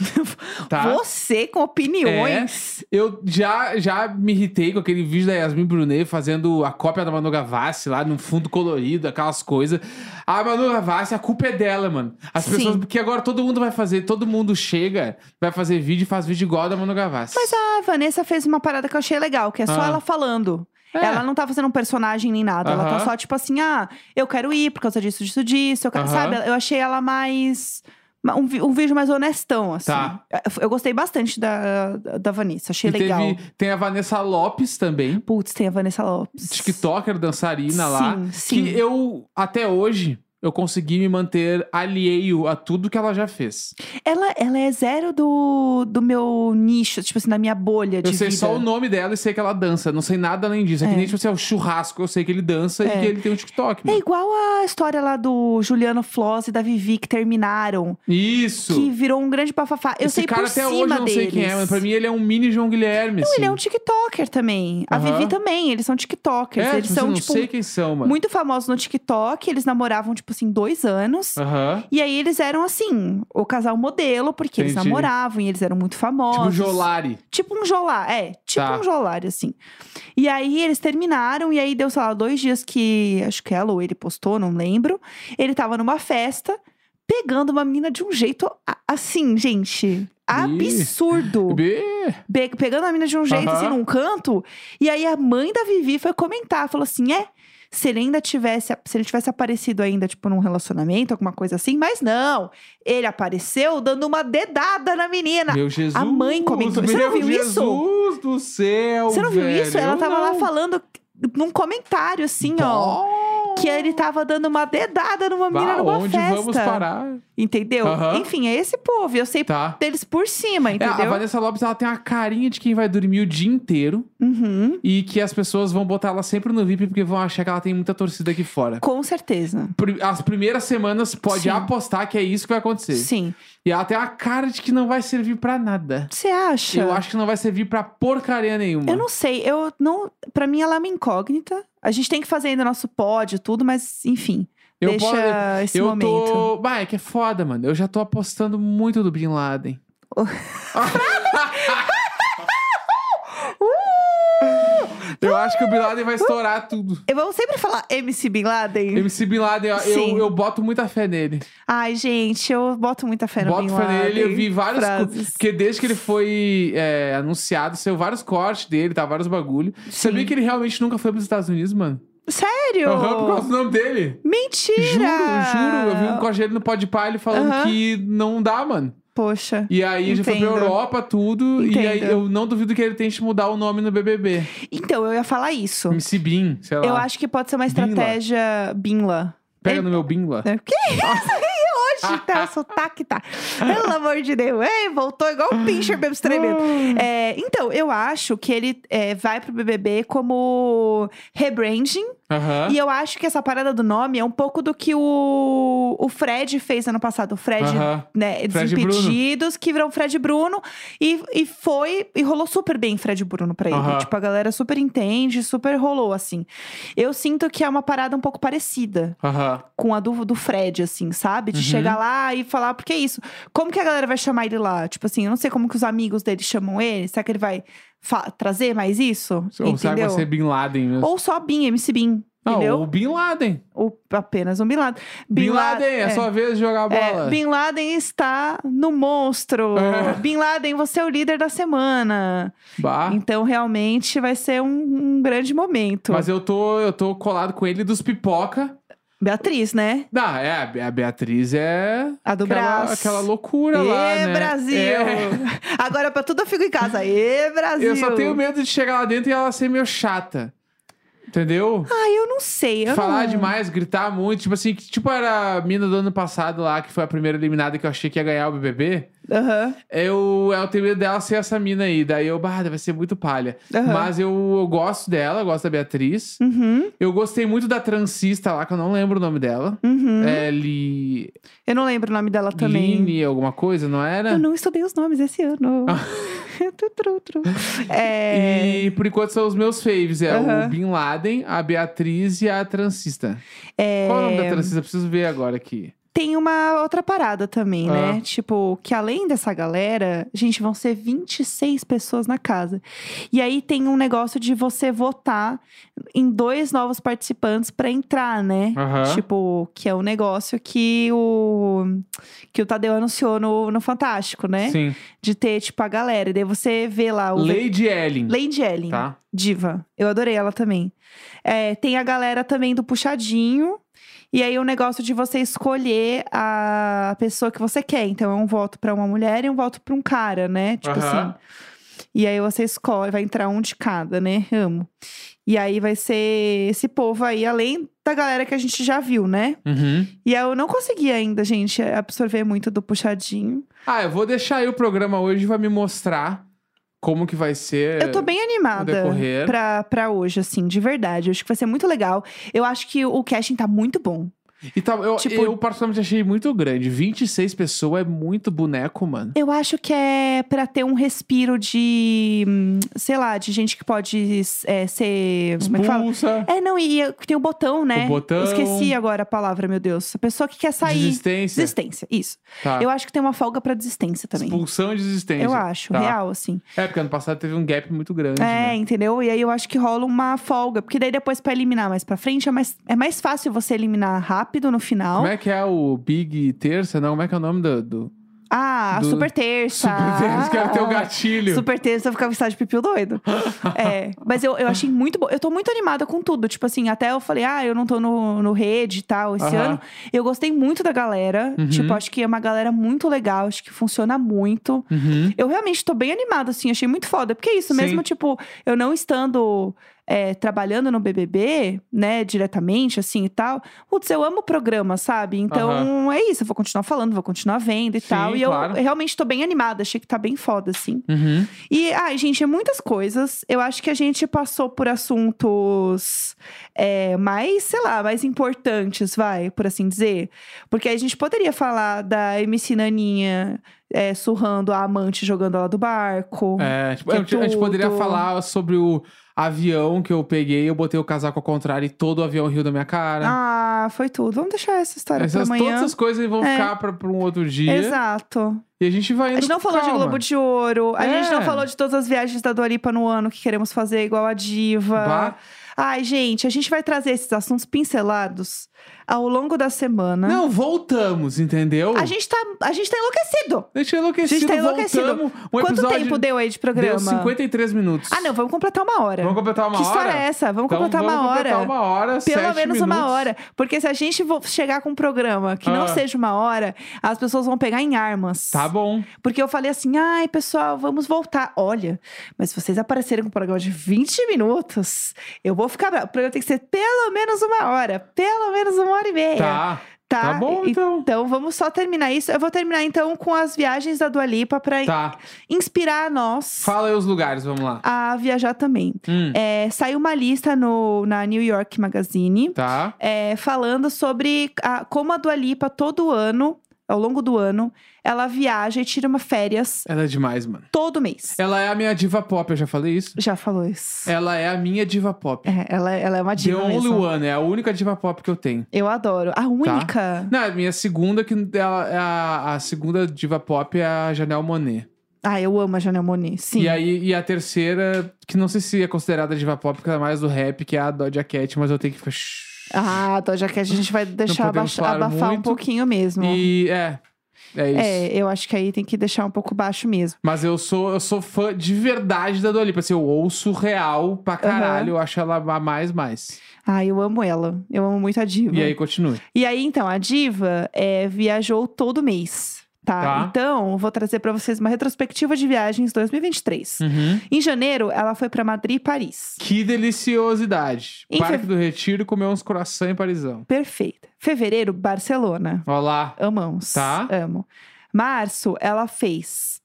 Speaker 1: Tá. É.
Speaker 2: Você com opiniões.
Speaker 1: Eu já, já me irritei com aquele vídeo da Yasmin Brunet fazendo a cópia da Manu Gavassi lá num fundo colorido, aquelas coisas. A Manu Gavassi, a culpa é dela, mano. As
Speaker 2: Sim.
Speaker 1: pessoas. Porque agora todo mundo vai fazer, todo mundo chega, vai fazer vídeo e faz vídeo igual a da Manu Gavassi.
Speaker 2: Mas a Vanessa fez uma parada que eu achei legal, que é só
Speaker 1: Ah.
Speaker 2: ela falando.
Speaker 1: É.
Speaker 2: Ela não tá fazendo um personagem nem nada. Ela tá
Speaker 1: Aham.
Speaker 2: só tipo assim, ah, eu quero ir por causa disso, disso, disso. Eu quero,
Speaker 1: Aham.
Speaker 2: Sabe? Eu achei ela mais. ma- Um, vi- um vídeo mais honestão, assim.
Speaker 1: Tá.
Speaker 2: Eu- Eu gostei bastante da, da Vanessa, achei
Speaker 1: E
Speaker 2: legal.
Speaker 1: teve, tem a Vanessa Lopes também,
Speaker 2: Putz, tem a Vanessa Lopes.
Speaker 1: TikToker, dançarina lá.
Speaker 2: Sim, sim.
Speaker 1: Que eu, até hoje, eu consegui me manter alheio a tudo que ela já fez.
Speaker 2: Ela, ela é zero do, do meu nicho, tipo assim, da minha bolha de
Speaker 1: Eu sei
Speaker 2: vida.
Speaker 1: só o nome dela e sei que ela dança. Não sei nada além disso. É, que
Speaker 2: É.
Speaker 1: nem tipo assim, é o churrasco. Eu sei que ele dança e
Speaker 2: É.
Speaker 1: que ele tem um
Speaker 2: É
Speaker 1: TikTok. mano.
Speaker 2: igual a história lá do Juliano Floss e da Vivi que terminaram.
Speaker 1: Isso!
Speaker 2: Que virou um grande bafafá. Eu
Speaker 1: Esse
Speaker 2: sei
Speaker 1: cara
Speaker 2: por
Speaker 1: até
Speaker 2: cima
Speaker 1: hoje eu não
Speaker 2: deles.
Speaker 1: sei quem é, mas pra mim ele é um mini João Guilherme.
Speaker 2: Não,
Speaker 1: assim.
Speaker 2: ele é um TikToker também. A
Speaker 1: Aham.
Speaker 2: Vivi também, eles são TikTokers.
Speaker 1: É,
Speaker 2: eles
Speaker 1: tipo, assim, eu
Speaker 2: são,
Speaker 1: não
Speaker 2: tipo,
Speaker 1: sei quem são, mano.
Speaker 2: muito famosos no TikTok. Eles namoravam, tipo assim, dois anos.
Speaker 1: Aham. Tipo
Speaker 2: E aí eles eram, assim, o casal modelo, porque eles
Speaker 1: Entendi.
Speaker 2: namoravam e eles eram muito famosos.
Speaker 1: Tipo Jolari.
Speaker 2: Tipo um jolar, é. Tipo
Speaker 1: Tá.
Speaker 2: um jolar, assim. E aí eles terminaram, e aí deu, sei lá, dois dias que acho que ela ou ele postou, não lembro. Ele tava numa festa, pegando uma menina de um jeito a- assim, gente. Absurdo.
Speaker 1: Bê,
Speaker 2: Pe- pegando a menina de um jeito,
Speaker 1: Aham.
Speaker 2: assim, num canto. E aí a mãe da Vivi foi comentar, falou assim: é. Se ele ainda tivesse, se ele tivesse aparecido ainda, tipo, num relacionamento, alguma coisa assim, mas não. Ele apareceu dando uma dedada na menina.
Speaker 1: Meu Jesus.
Speaker 2: a mãe comentou. Você não
Speaker 1: meu
Speaker 2: viu isso?
Speaker 1: Jesus do céu.
Speaker 2: Você não viu
Speaker 1: velho.
Speaker 2: isso? Ela
Speaker 1: Eu
Speaker 2: tava lá
Speaker 1: não.
Speaker 2: falando num comentário, assim, ó.
Speaker 1: Bom,
Speaker 2: Que ele tava dando uma dedada numa menina
Speaker 1: bah,
Speaker 2: numa
Speaker 1: onde
Speaker 2: festa.
Speaker 1: vamos parar?
Speaker 2: Entendeu?
Speaker 1: Aham.
Speaker 2: Enfim, é esse povo. Eu sei
Speaker 1: Tá.
Speaker 2: deles por cima,
Speaker 1: É, a
Speaker 2: entendeu?
Speaker 1: Vanessa Lopes, ela tem uma carinha de quem vai dormir o dia inteiro.
Speaker 2: Uhum,
Speaker 1: E que as pessoas vão botar ela sempre no VIP porque vão achar que ela tem muita torcida aqui fora.
Speaker 2: Com certeza.
Speaker 1: Pri- As primeiras semanas pode
Speaker 2: Sim.
Speaker 1: apostar que é isso que vai acontecer.
Speaker 2: Sim.
Speaker 1: E ela tem uma cara de que não vai servir pra nada.
Speaker 2: Você acha?
Speaker 1: Eu acho que não vai servir pra porcaria nenhuma.
Speaker 2: Eu não sei, eu não. Pra mim, ela é uma incógnita. A gente tem que fazer ainda nosso pódio, tudo, mas enfim.
Speaker 1: Eu
Speaker 2: deixa
Speaker 1: posso-
Speaker 2: esse
Speaker 1: eu
Speaker 2: momento.
Speaker 1: tô. Bah, é que é foda, mano. Eu já tô apostando muito do Bin Laden.
Speaker 2: Oh.
Speaker 1: [laughs] eu acho que o Bin Laden vai estourar tudo.
Speaker 2: Eu vou sempre falar MC Bin Laden.
Speaker 1: MC Bin Laden, eu- eu,
Speaker 2: Uhum. Sim.
Speaker 1: eu boto muita fé nele.
Speaker 2: Ai, gente, eu boto muita fé no
Speaker 1: Boto
Speaker 2: Bin
Speaker 1: fé
Speaker 2: Laden.
Speaker 1: nele, eu vi vários. co-
Speaker 2: frases.
Speaker 1: Porque desde que ele foi é, anunciado, saiu vários cortes dele, tá? Vários bagulho. Sabia
Speaker 2: Sim.
Speaker 1: que ele realmente nunca foi pros Estados Unidos, mano?
Speaker 2: Sério?
Speaker 1: Aham, por causa do nome dele.
Speaker 2: Mentira!
Speaker 1: Juro, juro. Eu vi um corte dele no Podpah, ele falando
Speaker 2: Aham.
Speaker 1: que não dá, mano.
Speaker 2: Poxa.
Speaker 1: E aí já foi pra
Speaker 2: Entendo.
Speaker 1: Europa, tudo. E aí
Speaker 2: Entendo.
Speaker 1: eu não duvido que ele tente mudar o nome no BBB.
Speaker 2: Então, eu ia falar isso.
Speaker 1: MC Bin, sei Hum, lá.
Speaker 2: Eu acho que pode ser uma
Speaker 1: Binla.
Speaker 2: estratégia Binla.
Speaker 1: Pega
Speaker 2: ele-
Speaker 1: no meu Bin lá.
Speaker 2: né? Que isso aí hoje, tá? O sotaque tá.
Speaker 1: [laughs]
Speaker 2: Pelo amor de Deus. Ei, voltou igual o Pincher mesmo, tremendo. É, então, eu acho que ele é, vai pro BBB como rebranding.
Speaker 1: Aham.
Speaker 2: [laughs] E eu acho que essa parada do nome é um pouco do que o, o Fred fez ano passado. O Fred,
Speaker 1: Aham.
Speaker 2: né,
Speaker 1: Fred
Speaker 2: Desimpedidos, que virou Fred Bruno. E, e foi, e rolou super bem Fred Bruno pra ele.
Speaker 1: Aham.
Speaker 2: Tipo, a galera super entende, super rolou, assim. Eu sinto que é uma parada um pouco parecida
Speaker 1: Aham.
Speaker 2: com a do, do Fred, assim, sabe? De
Speaker 1: Uhum.
Speaker 2: chegar lá e falar, porque é isso. Como que a galera vai chamar ele lá? Tipo assim, eu não sei como que os amigos dele chamam ele. Será que ele vai fa- trazer mais isso?
Speaker 1: Ou será que vai
Speaker 2: entendeu?
Speaker 1: ser Bin Laden mesmo?
Speaker 2: Ou só Bin, MC Bin.
Speaker 1: não,
Speaker 2: entendeu?
Speaker 1: ou Bin Laden.
Speaker 2: Ou apenas um Bin Laden.
Speaker 1: Bin,
Speaker 2: La-
Speaker 1: Laden, é, sua vez de jogar a bola.
Speaker 2: é, Bin Laden está no monstro.
Speaker 1: É. Ah.
Speaker 2: Bin Laden, você é o líder da semana.
Speaker 1: Bah.
Speaker 2: Então, realmente, vai ser um, um grande momento.
Speaker 1: Mas eu tô, eu tô colado com ele dos pipoca.
Speaker 2: Beatriz, né?
Speaker 1: Não, é, a Be- a Beatriz é.
Speaker 2: A do
Speaker 1: Aquela,
Speaker 2: braço.
Speaker 1: aquela loucura lá.
Speaker 2: Ê,
Speaker 1: né?
Speaker 2: Brasil!
Speaker 1: É.
Speaker 2: [laughs] Agora pra tudo eu fico em casa. Ê, Brasil!
Speaker 1: Eu só tenho medo de chegar lá dentro e ela ser meio chata. Entendeu?
Speaker 2: Ah, eu não sei. Eu
Speaker 1: Falar
Speaker 2: não...
Speaker 1: demais, gritar muito. Tipo assim, que tipo era a mina do ano passado lá, que foi a primeira eliminada que eu achei que ia ganhar o BBB.
Speaker 2: Aham.
Speaker 1: Eu, eu tenho medo dela ser essa mina aí. Daí eu, bah, vai ser muito palha.
Speaker 2: Aham.
Speaker 1: Mas eu, eu gosto dela, eu gosto da Beatriz.
Speaker 2: Uhum.
Speaker 1: Eu gostei muito da transista lá, que eu não lembro o nome dela.
Speaker 2: Uhum.
Speaker 1: É Li...
Speaker 2: Eu não lembro o nome dela também.
Speaker 1: Line, alguma coisa, não era?
Speaker 2: Eu não estudei os nomes esse ano. [laughs] tru, tru, tru. É,
Speaker 1: Ah. E por enquanto são os meus faves. É
Speaker 2: Aham.
Speaker 1: o Bin Laden, a Beatriz e a transista.
Speaker 2: é,
Speaker 1: Qual é o nome da transista? Preciso ver agora aqui.
Speaker 2: Tem uma outra parada também,
Speaker 1: Ah.
Speaker 2: né? Tipo, que além dessa galera, gente, vão ser 26 pessoas na casa. E aí tem um negócio de você votar em dois novos participantes pra entrar, né?
Speaker 1: Aham.
Speaker 2: Tipo, que é um negócio que o que o Tadeu anunciou no, no Fantástico, né?
Speaker 1: Sim.
Speaker 2: De ter, tipo, a galera. E daí você vê lá o.
Speaker 1: Lady Ellen.
Speaker 2: Lady Ellen. né?
Speaker 1: Tá?
Speaker 2: Diva. Eu adorei ela também. É, tem a galera também do Puxadinho. E aí o negócio de você escolher a pessoa que você quer. Então é um voto pra uma mulher e um voto pra um cara, né? Tipo
Speaker 1: Aham.
Speaker 2: assim. E aí você escolhe, vai entrar um de cada, né? Amo. E aí vai ser esse povo aí, além da galera que a gente já viu, né?
Speaker 1: Uhum.
Speaker 2: E aí eu não consegui ainda, gente, absorver muito do puxadinho.
Speaker 1: Ah, eu vou deixar aí o programa hoje vai me mostrar como que vai ser.
Speaker 2: Eu tô bem
Speaker 1: é, no
Speaker 2: animada
Speaker 1: decorrer.
Speaker 2: pra, pra hoje, assim, de verdade. Eu acho que vai ser muito legal. Eu acho que o casting tá muito bom.
Speaker 1: E tá, eu,
Speaker 2: tipo-
Speaker 1: eu particularmente achei muito grande. 26 pessoas é muito boneco, mano.
Speaker 2: Eu acho que é pra ter um respiro de, hum, sei lá, de gente que pode é, ser. Como é que fala?
Speaker 1: Expulsa,
Speaker 2: É, não, e e tem o botão, né?
Speaker 1: O botão.
Speaker 2: Esqueci agora a palavra, meu Deus. A pessoa que quer sair.
Speaker 1: desistência.
Speaker 2: Desistência, isso.
Speaker 1: Tá.
Speaker 2: Eu acho que tem uma folga pra desistência também.
Speaker 1: Expulsão e desistência.
Speaker 2: Eu acho,
Speaker 1: Tá.
Speaker 2: real, assim.
Speaker 1: É, porque ano passado teve um gap muito grande.
Speaker 2: É,
Speaker 1: né?
Speaker 2: entendeu? E aí eu acho que rola uma folga. Porque daí depois, pra eliminar mais pra frente, é mais, é mais fácil você eliminar rápido no final.
Speaker 1: Como é que é o Big Terça? Não, como é que é o nome do. do...
Speaker 2: Ah,
Speaker 1: Do-
Speaker 2: super terça. Ah,
Speaker 1: Super Terça, que
Speaker 2: [laughs]
Speaker 1: era teu gatilho.
Speaker 2: Super terça, eu ficava em estágio de pipiu doido. é, mas eu, eu achei muito bom. Eu tô muito animada com tudo. Tipo assim, até eu falei, ah, eu não tô no, no rede e tal esse
Speaker 1: Aham.
Speaker 2: ano. Eu gostei muito da galera.
Speaker 1: Uhum.
Speaker 2: Tipo, acho que é uma galera muito legal. Acho que funciona muito.
Speaker 1: Uhum.
Speaker 2: Eu realmente tô bem animada, assim. Achei muito foda. Porque é isso,
Speaker 1: Sim.
Speaker 2: mesmo, tipo, eu não estando... é, trabalhando no BBB, né, diretamente, assim e tal. Putz, eu amo o programa, sabe? Então é isso, eu vou continuar falando, vou continuar vendo e
Speaker 1: Sim,
Speaker 2: tal. E eu
Speaker 1: claro.
Speaker 2: realmente tô bem animada, achei que tá bem foda, assim.
Speaker 1: Uhum.
Speaker 2: E, ai, gente, é muitas coisas. Eu acho que a gente passou por assuntos é, mais, sei lá, mais importantes, vai, por assim dizer. Porque aí a gente poderia falar da MC Naninha é, surrando a amante jogando ela do barco.
Speaker 1: É, tipo,
Speaker 2: Que é
Speaker 1: a gente- a gente poderia
Speaker 2: tudo.
Speaker 1: falar sobre o avião que eu peguei, eu botei o casaco ao contrário e todo o avião riu da minha cara.
Speaker 2: Ah, foi tudo. Vamos deixar essa história
Speaker 1: Essas,
Speaker 2: pra
Speaker 1: todas
Speaker 2: amanhã.
Speaker 1: essas coisas vão
Speaker 2: É.
Speaker 1: ficar pra, pra um outro dia.
Speaker 2: Exato.
Speaker 1: E a gente vai indo
Speaker 2: A gente não
Speaker 1: com
Speaker 2: falou de
Speaker 1: calma.
Speaker 2: Globo de Ouro. A gente não
Speaker 1: É.
Speaker 2: falou de todas as viagens da Doripa no ano que queremos fazer igual a Diva.
Speaker 1: Bah.
Speaker 2: Ai, gente, a gente vai trazer esses assuntos pincelados ao longo da semana.
Speaker 1: Não, voltamos, entendeu?
Speaker 2: né? A gente tá, a gente tá enlouquecido.
Speaker 1: A gente é enlouquecido,
Speaker 2: A gente tá enlouquecido.
Speaker 1: voltamos. Um
Speaker 2: Quanto
Speaker 1: episódio
Speaker 2: tempo deu aí de programa?
Speaker 1: Deu 53 minutos.
Speaker 2: Ah, não, vamos completar uma hora.
Speaker 1: Vamos completar uma
Speaker 2: que
Speaker 1: hora?
Speaker 2: história é essa? Vamos
Speaker 1: Então,
Speaker 2: completar
Speaker 1: vamos
Speaker 2: uma
Speaker 1: completar
Speaker 2: hora.
Speaker 1: uma hora,
Speaker 2: Pelo
Speaker 1: sete
Speaker 2: menos uma
Speaker 1: minutos.
Speaker 2: hora. Porque se a gente vo- chegar com um programa que
Speaker 1: Ah.
Speaker 2: não seja uma hora, as pessoas vão pegar em armas.
Speaker 1: Tá bom.
Speaker 2: Porque eu falei assim, ai, pessoal, vamos voltar. Olha, mas se vocês aparecerem com um programa de 20 minutos, eu vou ficar brava. O programa tem que ser pelo menos uma hora. Pelo menos uma hora e meia.
Speaker 1: Tá.
Speaker 2: Tá?
Speaker 1: Tá bom,
Speaker 2: E-
Speaker 1: então.
Speaker 2: Então vamos só terminar isso. Eu vou terminar então com as viagens da Dua Lipa pra
Speaker 1: Tá.
Speaker 2: inspirar a nós
Speaker 1: Fala aí os lugares, vamos lá.
Speaker 2: a viajar também.
Speaker 1: Hum,
Speaker 2: É, saiu uma lista no, na New York Magazine
Speaker 1: Tá.
Speaker 2: é, falando sobre a- como a Dua Lipa todo ano, ao longo do ano, ela viaja e tira uma férias
Speaker 1: Ela é demais, mano.
Speaker 2: todo mês.
Speaker 1: Ela é a minha diva pop, eu já falei isso.
Speaker 2: Já falou isso.
Speaker 1: Ela é a minha diva pop.
Speaker 2: É, ela, ela é uma
Speaker 1: The
Speaker 2: diva
Speaker 1: Only
Speaker 2: mesmo.
Speaker 1: One, Tá. é a única diva pop que eu tenho.
Speaker 2: Eu adoro. A única.
Speaker 1: Não, a minha segunda, que ela, é a, a segunda diva pop é a Janelle Monet.
Speaker 2: Ah, eu amo a Janelle Monáe. Sim.
Speaker 1: E aí, e a terceira, que não sei se é considerada diva pop, porque ela é mais do rap, que é a Dodja Cat, mas eu tenho que ficar. shh.
Speaker 2: Ah, Doja Cat, a gente vai deixar
Speaker 1: podemos
Speaker 2: abaixa-
Speaker 1: falar
Speaker 2: abafar um
Speaker 1: muito.
Speaker 2: pouquinho mesmo.
Speaker 1: E é. É isso.
Speaker 2: É, eu acho que aí tem que deixar um pouco baixo mesmo.
Speaker 1: Mas eu sou, eu sou fã de verdade da Dua Lipa. Assim, eu ouço real pra caralho. Eu acho ela a mais, mais.
Speaker 2: Ah, eu amo ela. Eu amo muito a diva.
Speaker 1: E aí, continue.
Speaker 2: E aí, então, a diva é, viajou todo mês. Tá?
Speaker 1: Tá.
Speaker 2: Então, vou trazer pra vocês uma retrospectiva de viagens 2023.
Speaker 1: Uhum.
Speaker 2: Em janeiro, ela foi pra Madrid e Paris.
Speaker 1: Que deliciosidade.
Speaker 2: Em
Speaker 1: Parque
Speaker 2: fe-
Speaker 1: do Retiro comeu uns croissant em Parisão.
Speaker 2: Perfeita. Fevereiro, Barcelona.
Speaker 1: Olha lá.
Speaker 2: Amamos.
Speaker 1: Tá.
Speaker 2: Amo. Março, ela fez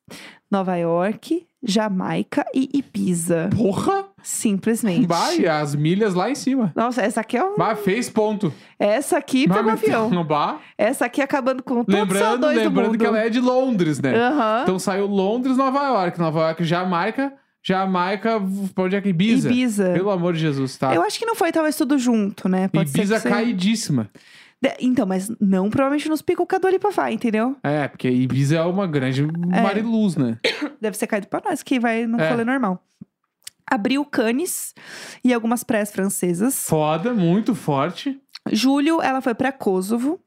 Speaker 2: Nova York, Jamaica e Ibiza.
Speaker 1: Porra!
Speaker 2: Simplesmente.
Speaker 1: Vai, as milhas lá em cima.
Speaker 2: Nossa, essa aqui é um...
Speaker 1: Bah, fez ponto.
Speaker 2: Essa aqui
Speaker 1: [laughs] Bah,
Speaker 2: pegou
Speaker 1: meteu
Speaker 2: avião.
Speaker 1: no bar.
Speaker 2: Essa aqui acabando com todos os
Speaker 1: Lembrando,
Speaker 2: CO2 do
Speaker 1: lembrando
Speaker 2: mundo.
Speaker 1: que ela é de Londres, né?
Speaker 2: Aham.
Speaker 1: Então saiu Londres, Nova York. Nova York, Jamaica. Jamaica, pra onde é que Ibiza?
Speaker 2: Ibiza.
Speaker 1: Pelo amor de Jesus, tá?
Speaker 2: Eu acho que não foi talvez tudo junto, né? Pode ser
Speaker 1: Ibiza
Speaker 2: que seja-
Speaker 1: caidíssima.
Speaker 2: De- Então, mas não provavelmente nos picos que a Dolipa vai, entendeu?
Speaker 1: É, porque Ibiza é uma grande mariluz, né?
Speaker 2: Deve ser caído pra nós, que vai no
Speaker 1: É.
Speaker 2: rolê normal. Abriu Cannes e algumas praias francesas.
Speaker 1: Foda, muito forte.
Speaker 2: Julho, ela foi pra Kosovo.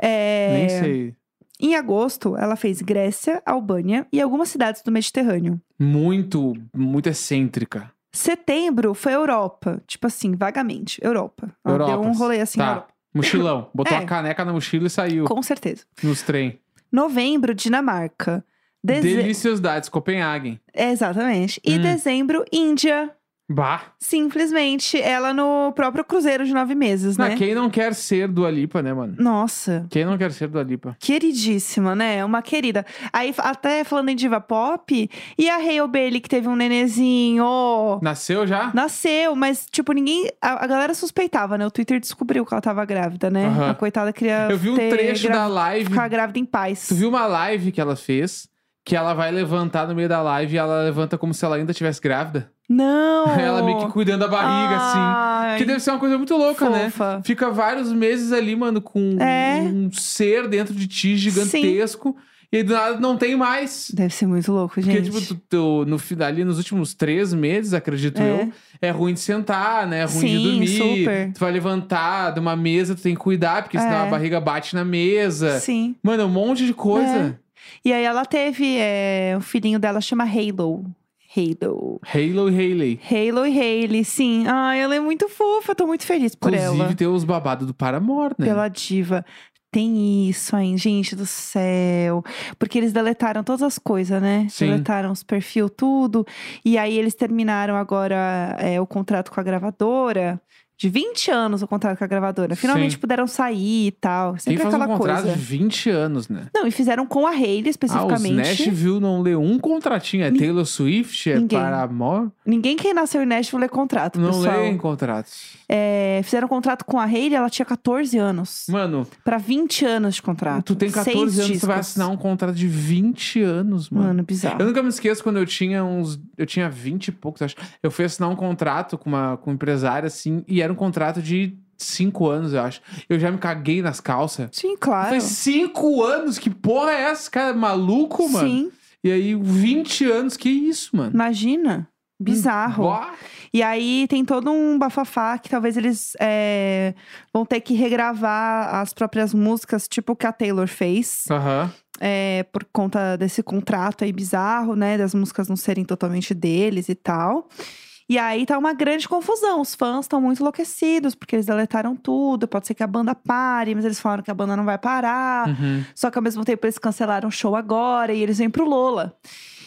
Speaker 2: É,
Speaker 1: Nem sei.
Speaker 2: Em agosto, ela fez Grécia, Albânia e algumas cidades do Mediterrâneo.
Speaker 1: Muito, muito excêntrica.
Speaker 2: Setembro foi Europa. Tipo assim, vagamente, Europa. Ela deu um
Speaker 1: Europas.
Speaker 2: rolê assim na
Speaker 1: tá.
Speaker 2: Europa.
Speaker 1: Mochilão.
Speaker 2: [laughs]
Speaker 1: Botou
Speaker 2: É.
Speaker 1: a caneca na mochila e saiu
Speaker 2: Com certeza.
Speaker 1: nos trem.
Speaker 2: Novembro, Dinamarca. Deze-
Speaker 1: Deliciosidades, Copenhagen.
Speaker 2: É, Exatamente. E
Speaker 1: Hum.
Speaker 2: dezembro, Índia.
Speaker 1: Bah.
Speaker 2: Simplesmente ela no próprio cruzeiro de nove meses,
Speaker 1: Não,
Speaker 2: né?
Speaker 1: Quem não quer ser do Alipa, né, mano?
Speaker 2: Nossa,
Speaker 1: Quem não quer ser do Alipa?
Speaker 2: queridíssima, né? Uma querida. Aí, fa- até falando em diva pop, e a Hale Bailey, que teve um nenezinho, ó,
Speaker 1: Nasceu já?
Speaker 2: nasceu, mas, tipo, ninguém. A, a galera suspeitava, né? O Twitter descobriu que ela tava grávida, né?
Speaker 1: Aham.
Speaker 2: A coitada queria.
Speaker 1: Eu vi um
Speaker 2: ter
Speaker 1: trecho
Speaker 2: gra-
Speaker 1: da live.
Speaker 2: Ficar grávida em paz.
Speaker 1: Tu viu uma live que ela fez? Que ela vai levantar no meio da live e ela levanta como se ela ainda estivesse grávida. [laughs]
Speaker 2: Não!
Speaker 1: Ela meio que cuidando da barriga,
Speaker 2: Ah,
Speaker 1: assim.
Speaker 2: Ai,
Speaker 1: Que deve ser uma coisa muito louca, né?
Speaker 2: fofa.
Speaker 1: Fica vários meses ali, mano, com
Speaker 2: É.
Speaker 1: um ser dentro de ti gigantesco. E do nada não tem mais.
Speaker 2: Deve ser muito louco,
Speaker 1: Porque,
Speaker 2: gente.
Speaker 1: tipo, tu, tu- no, fi- ali nos últimos três meses, acredito
Speaker 2: É.
Speaker 1: eu, é ruim de sentar, né? É ruim de
Speaker 2: Sim,
Speaker 1: dormir.
Speaker 2: super.
Speaker 1: Tu vai levantar de uma mesa, tu tem que cuidar, porque senão
Speaker 2: É.
Speaker 1: a barriga bate na mesa.
Speaker 2: Sim.
Speaker 1: Mano, um monte de coisa.
Speaker 2: E aí ela teve, é, o filhinho dela chama Halo. Halo.
Speaker 1: Halo e Haley.
Speaker 2: Halo e Hailey, sim. Ai, ela é muito fofa, eu tô muito feliz por
Speaker 1: Inclusive,
Speaker 2: ela.
Speaker 1: tem os babados do Paramore, né?
Speaker 2: Pela diva. Tem isso aí, gente do céu. Porque eles deletaram todas as coisas, né?
Speaker 1: Sim.
Speaker 2: Deletaram os perfil, tudo. E aí eles terminaram agora é, o contrato com a gravadora. De 20 anos o contrato com a gravadora. Finalmente
Speaker 1: Sim.
Speaker 2: puderam sair e tal.
Speaker 1: Quem
Speaker 2: Sempre
Speaker 1: faz um
Speaker 2: aquela
Speaker 1: contrato
Speaker 2: coisa.
Speaker 1: de 20 anos, né?
Speaker 2: Não, e fizeram com a Hailey
Speaker 1: Ah, os
Speaker 2: especificamente.
Speaker 1: Nashville não lê um contratinho. É
Speaker 2: Ni-
Speaker 1: Taylor Swift, é
Speaker 2: Ninguém.
Speaker 1: Paramore.
Speaker 2: Ninguém que nasceu em Nashville lê contrato,
Speaker 1: Não
Speaker 2: pessoal.
Speaker 1: lê em contratos.
Speaker 2: É, fizeram contrato com a Hayley, ela tinha 14 anos.
Speaker 1: Mano,
Speaker 2: Pra 20 anos de contrato.
Speaker 1: tu tem 14 anos,
Speaker 2: Seis
Speaker 1: tu vai
Speaker 2: discos.
Speaker 1: assinar um contrato de 20 anos, mano.
Speaker 2: Mano,
Speaker 1: Eu
Speaker 2: bizarro.
Speaker 1: nunca me esqueço quando eu tinha uns. Eu tinha 20 e poucos, acho. Eu fui assinar um contrato com, uma, com um empresário, assim, e era um contrato de 5 anos, eu acho. Eu já me caguei nas calças.
Speaker 2: Sim, claro.
Speaker 1: Faz 5 anos? Que porra é essa, cara? Maluco, mano?
Speaker 2: Sim,
Speaker 1: E aí, 20 anos, que isso, mano?
Speaker 2: imagina. Bizarro.
Speaker 1: Bah,
Speaker 2: E aí tem todo um bafafá que talvez eles é, vão ter que regravar as próprias músicas, tipo o que a Taylor fez,
Speaker 1: Aham.
Speaker 2: é, por conta desse contrato aí bizarro, né? Das músicas não serem totalmente deles e tal. E aí tá uma grande confusão. Os fãs estão muito enlouquecidos, porque eles deletaram tudo. Pode ser que a banda pare, mas eles falaram que a banda não vai parar.
Speaker 1: Uhum.
Speaker 2: Só que ao mesmo tempo eles cancelaram o show agora e eles vêm pro Lola.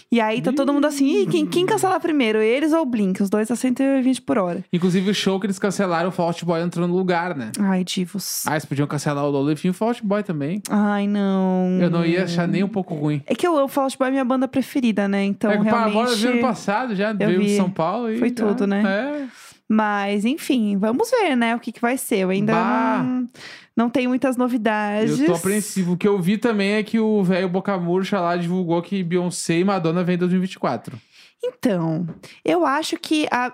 Speaker 2: E aí tá todo mundo assim, Ih, quem, quem cancelar primeiro? Eles ou o Blink? Os dois a 120 por hora.
Speaker 1: Inclusive, o show que eles cancelaram, o Fault Boy entrou no lugar, né?
Speaker 2: Ai, divos.
Speaker 1: Ah, eles podiam cancelar o Lolo e o Fault Boy também.
Speaker 2: Ai, não.
Speaker 1: Eu não ia achar nem um pouco ruim.
Speaker 2: É que eu, eu falo, tipo, é a minha banda preferida, né? Então,
Speaker 1: é que o Paramore veio ano
Speaker 2: realmente...
Speaker 1: passado, já veio
Speaker 2: vi.
Speaker 1: de São Paulo e.
Speaker 2: Foi
Speaker 1: já-
Speaker 2: tudo, né?
Speaker 1: É.
Speaker 2: Mas, enfim, vamos ver, né? O que, que vai ser. Eu ainda
Speaker 1: Bah.
Speaker 2: não, não tenho muitas novidades.
Speaker 1: Eu tô apreensivo. O que eu vi também é que o velho Boca Murcha lá divulgou que Beyoncé e Madonna vêm em 2024.
Speaker 2: Então, eu acho que a.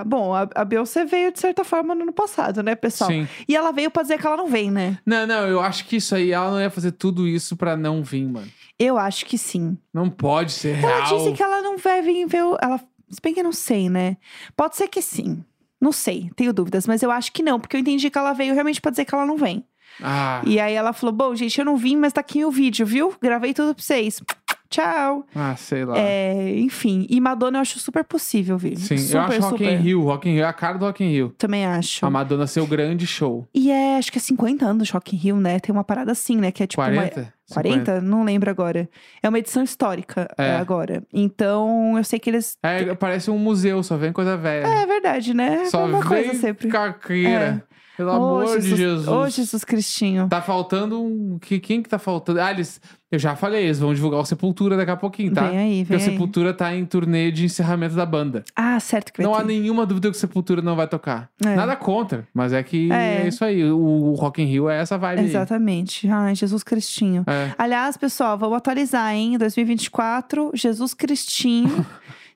Speaker 2: a- bom, a, a Beyoncé veio de certa forma no ano passado, né, pessoal?
Speaker 1: Sim.
Speaker 2: E ela veio pra dizer que ela não vem, né?
Speaker 1: Não, não, eu acho que isso aí, ela não ia fazer tudo isso pra não vir, mano.
Speaker 2: Eu acho que sim.
Speaker 1: Não pode ser
Speaker 2: Ela
Speaker 1: real.
Speaker 2: disse que ela não vai vir ver. o- Ela, se bem que eu não sei, né? Pode ser que sim. Não sei, tenho dúvidas, mas eu acho que não, porque eu entendi que ela veio realmente pra dizer que ela não vem.
Speaker 1: Ah,
Speaker 2: E aí ela falou: Bom, gente, eu não vim, mas tá aqui o vídeo, viu? Gravei tudo pra vocês. Tchau.
Speaker 1: ah, sei lá.
Speaker 2: É, enfim. E Madonna eu acho super possível vir.
Speaker 1: Sim,
Speaker 2: super,
Speaker 1: eu acho Rock in
Speaker 2: super.
Speaker 1: Rio. Rock in Rio é a cara do Rock in Rio.
Speaker 2: Também acho.
Speaker 1: A Madonna ser o grande show.
Speaker 2: E é, acho que é 50 anos Rock in Rio, né? Tem uma parada assim, né? Que é tipo uma-
Speaker 1: 40? 50?
Speaker 2: 40? Não lembro agora. É uma edição histórica
Speaker 1: É.
Speaker 2: é, agora. Então, eu sei que eles...
Speaker 1: É, parece um museu, só vem coisa velha.
Speaker 2: É verdade, né?
Speaker 1: só
Speaker 2: é uma
Speaker 1: vem
Speaker 2: coisa sempre. É.
Speaker 1: caqueira. Pelo amor
Speaker 2: Ô,
Speaker 1: de Jesus.
Speaker 2: Ô, Jesus Cristinho.
Speaker 1: Tá faltando um. que- Quem que tá faltando? Ah, eles. Eu já falei, eles vão divulgar o Sepultura daqui a pouquinho, tá?
Speaker 2: Vem aí,
Speaker 1: Porque
Speaker 2: vem
Speaker 1: o
Speaker 2: aí.
Speaker 1: Sepultura tá em turnê de encerramento da banda.
Speaker 2: Ah, certo que vai
Speaker 1: Não
Speaker 2: ter.
Speaker 1: há nenhuma dúvida que o Sepultura não vai tocar.
Speaker 2: É.
Speaker 1: Nada contra, mas é que é,
Speaker 2: É.
Speaker 1: isso aí. O, o Rock in Rio é essa vibe. aí.
Speaker 2: Exatamente. Ai, Jesus Cristinho.
Speaker 1: É.
Speaker 2: Aliás, pessoal, vamos atualizar, hein? 2024, Jesus
Speaker 1: [laughs]
Speaker 2: Cristinho.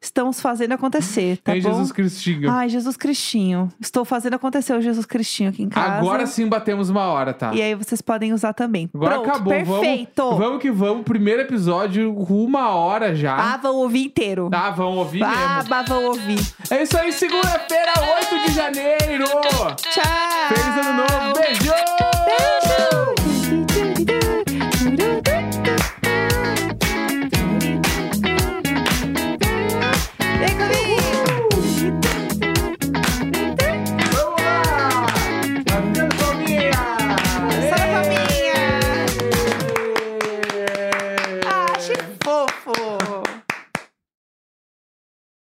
Speaker 2: estamos fazendo acontecer, tá
Speaker 1: Tem
Speaker 2: bom? Ah,
Speaker 1: Jesus Cristinho.
Speaker 2: Ai, Jesus Cristinho. Estou fazendo acontecer o Jesus Cristinho aqui em casa.
Speaker 1: Agora sim batemos uma hora, tá?
Speaker 2: E aí vocês podem usar também.
Speaker 1: Agora
Speaker 2: Pronto,
Speaker 1: acabou.
Speaker 2: perfeito.
Speaker 1: Vamos, vamos que vamos. Primeiro episódio, uma hora já.
Speaker 2: Ah, vão ouvir inteiro.
Speaker 1: Tá, vão ouvir
Speaker 2: Ah,
Speaker 1: mesmo.
Speaker 2: bah, vão ouvir.
Speaker 1: É isso aí, segunda-feira, 8 de janeiro.
Speaker 2: Tchau.
Speaker 1: Feliz ano novo. Beijo!
Speaker 2: Ah,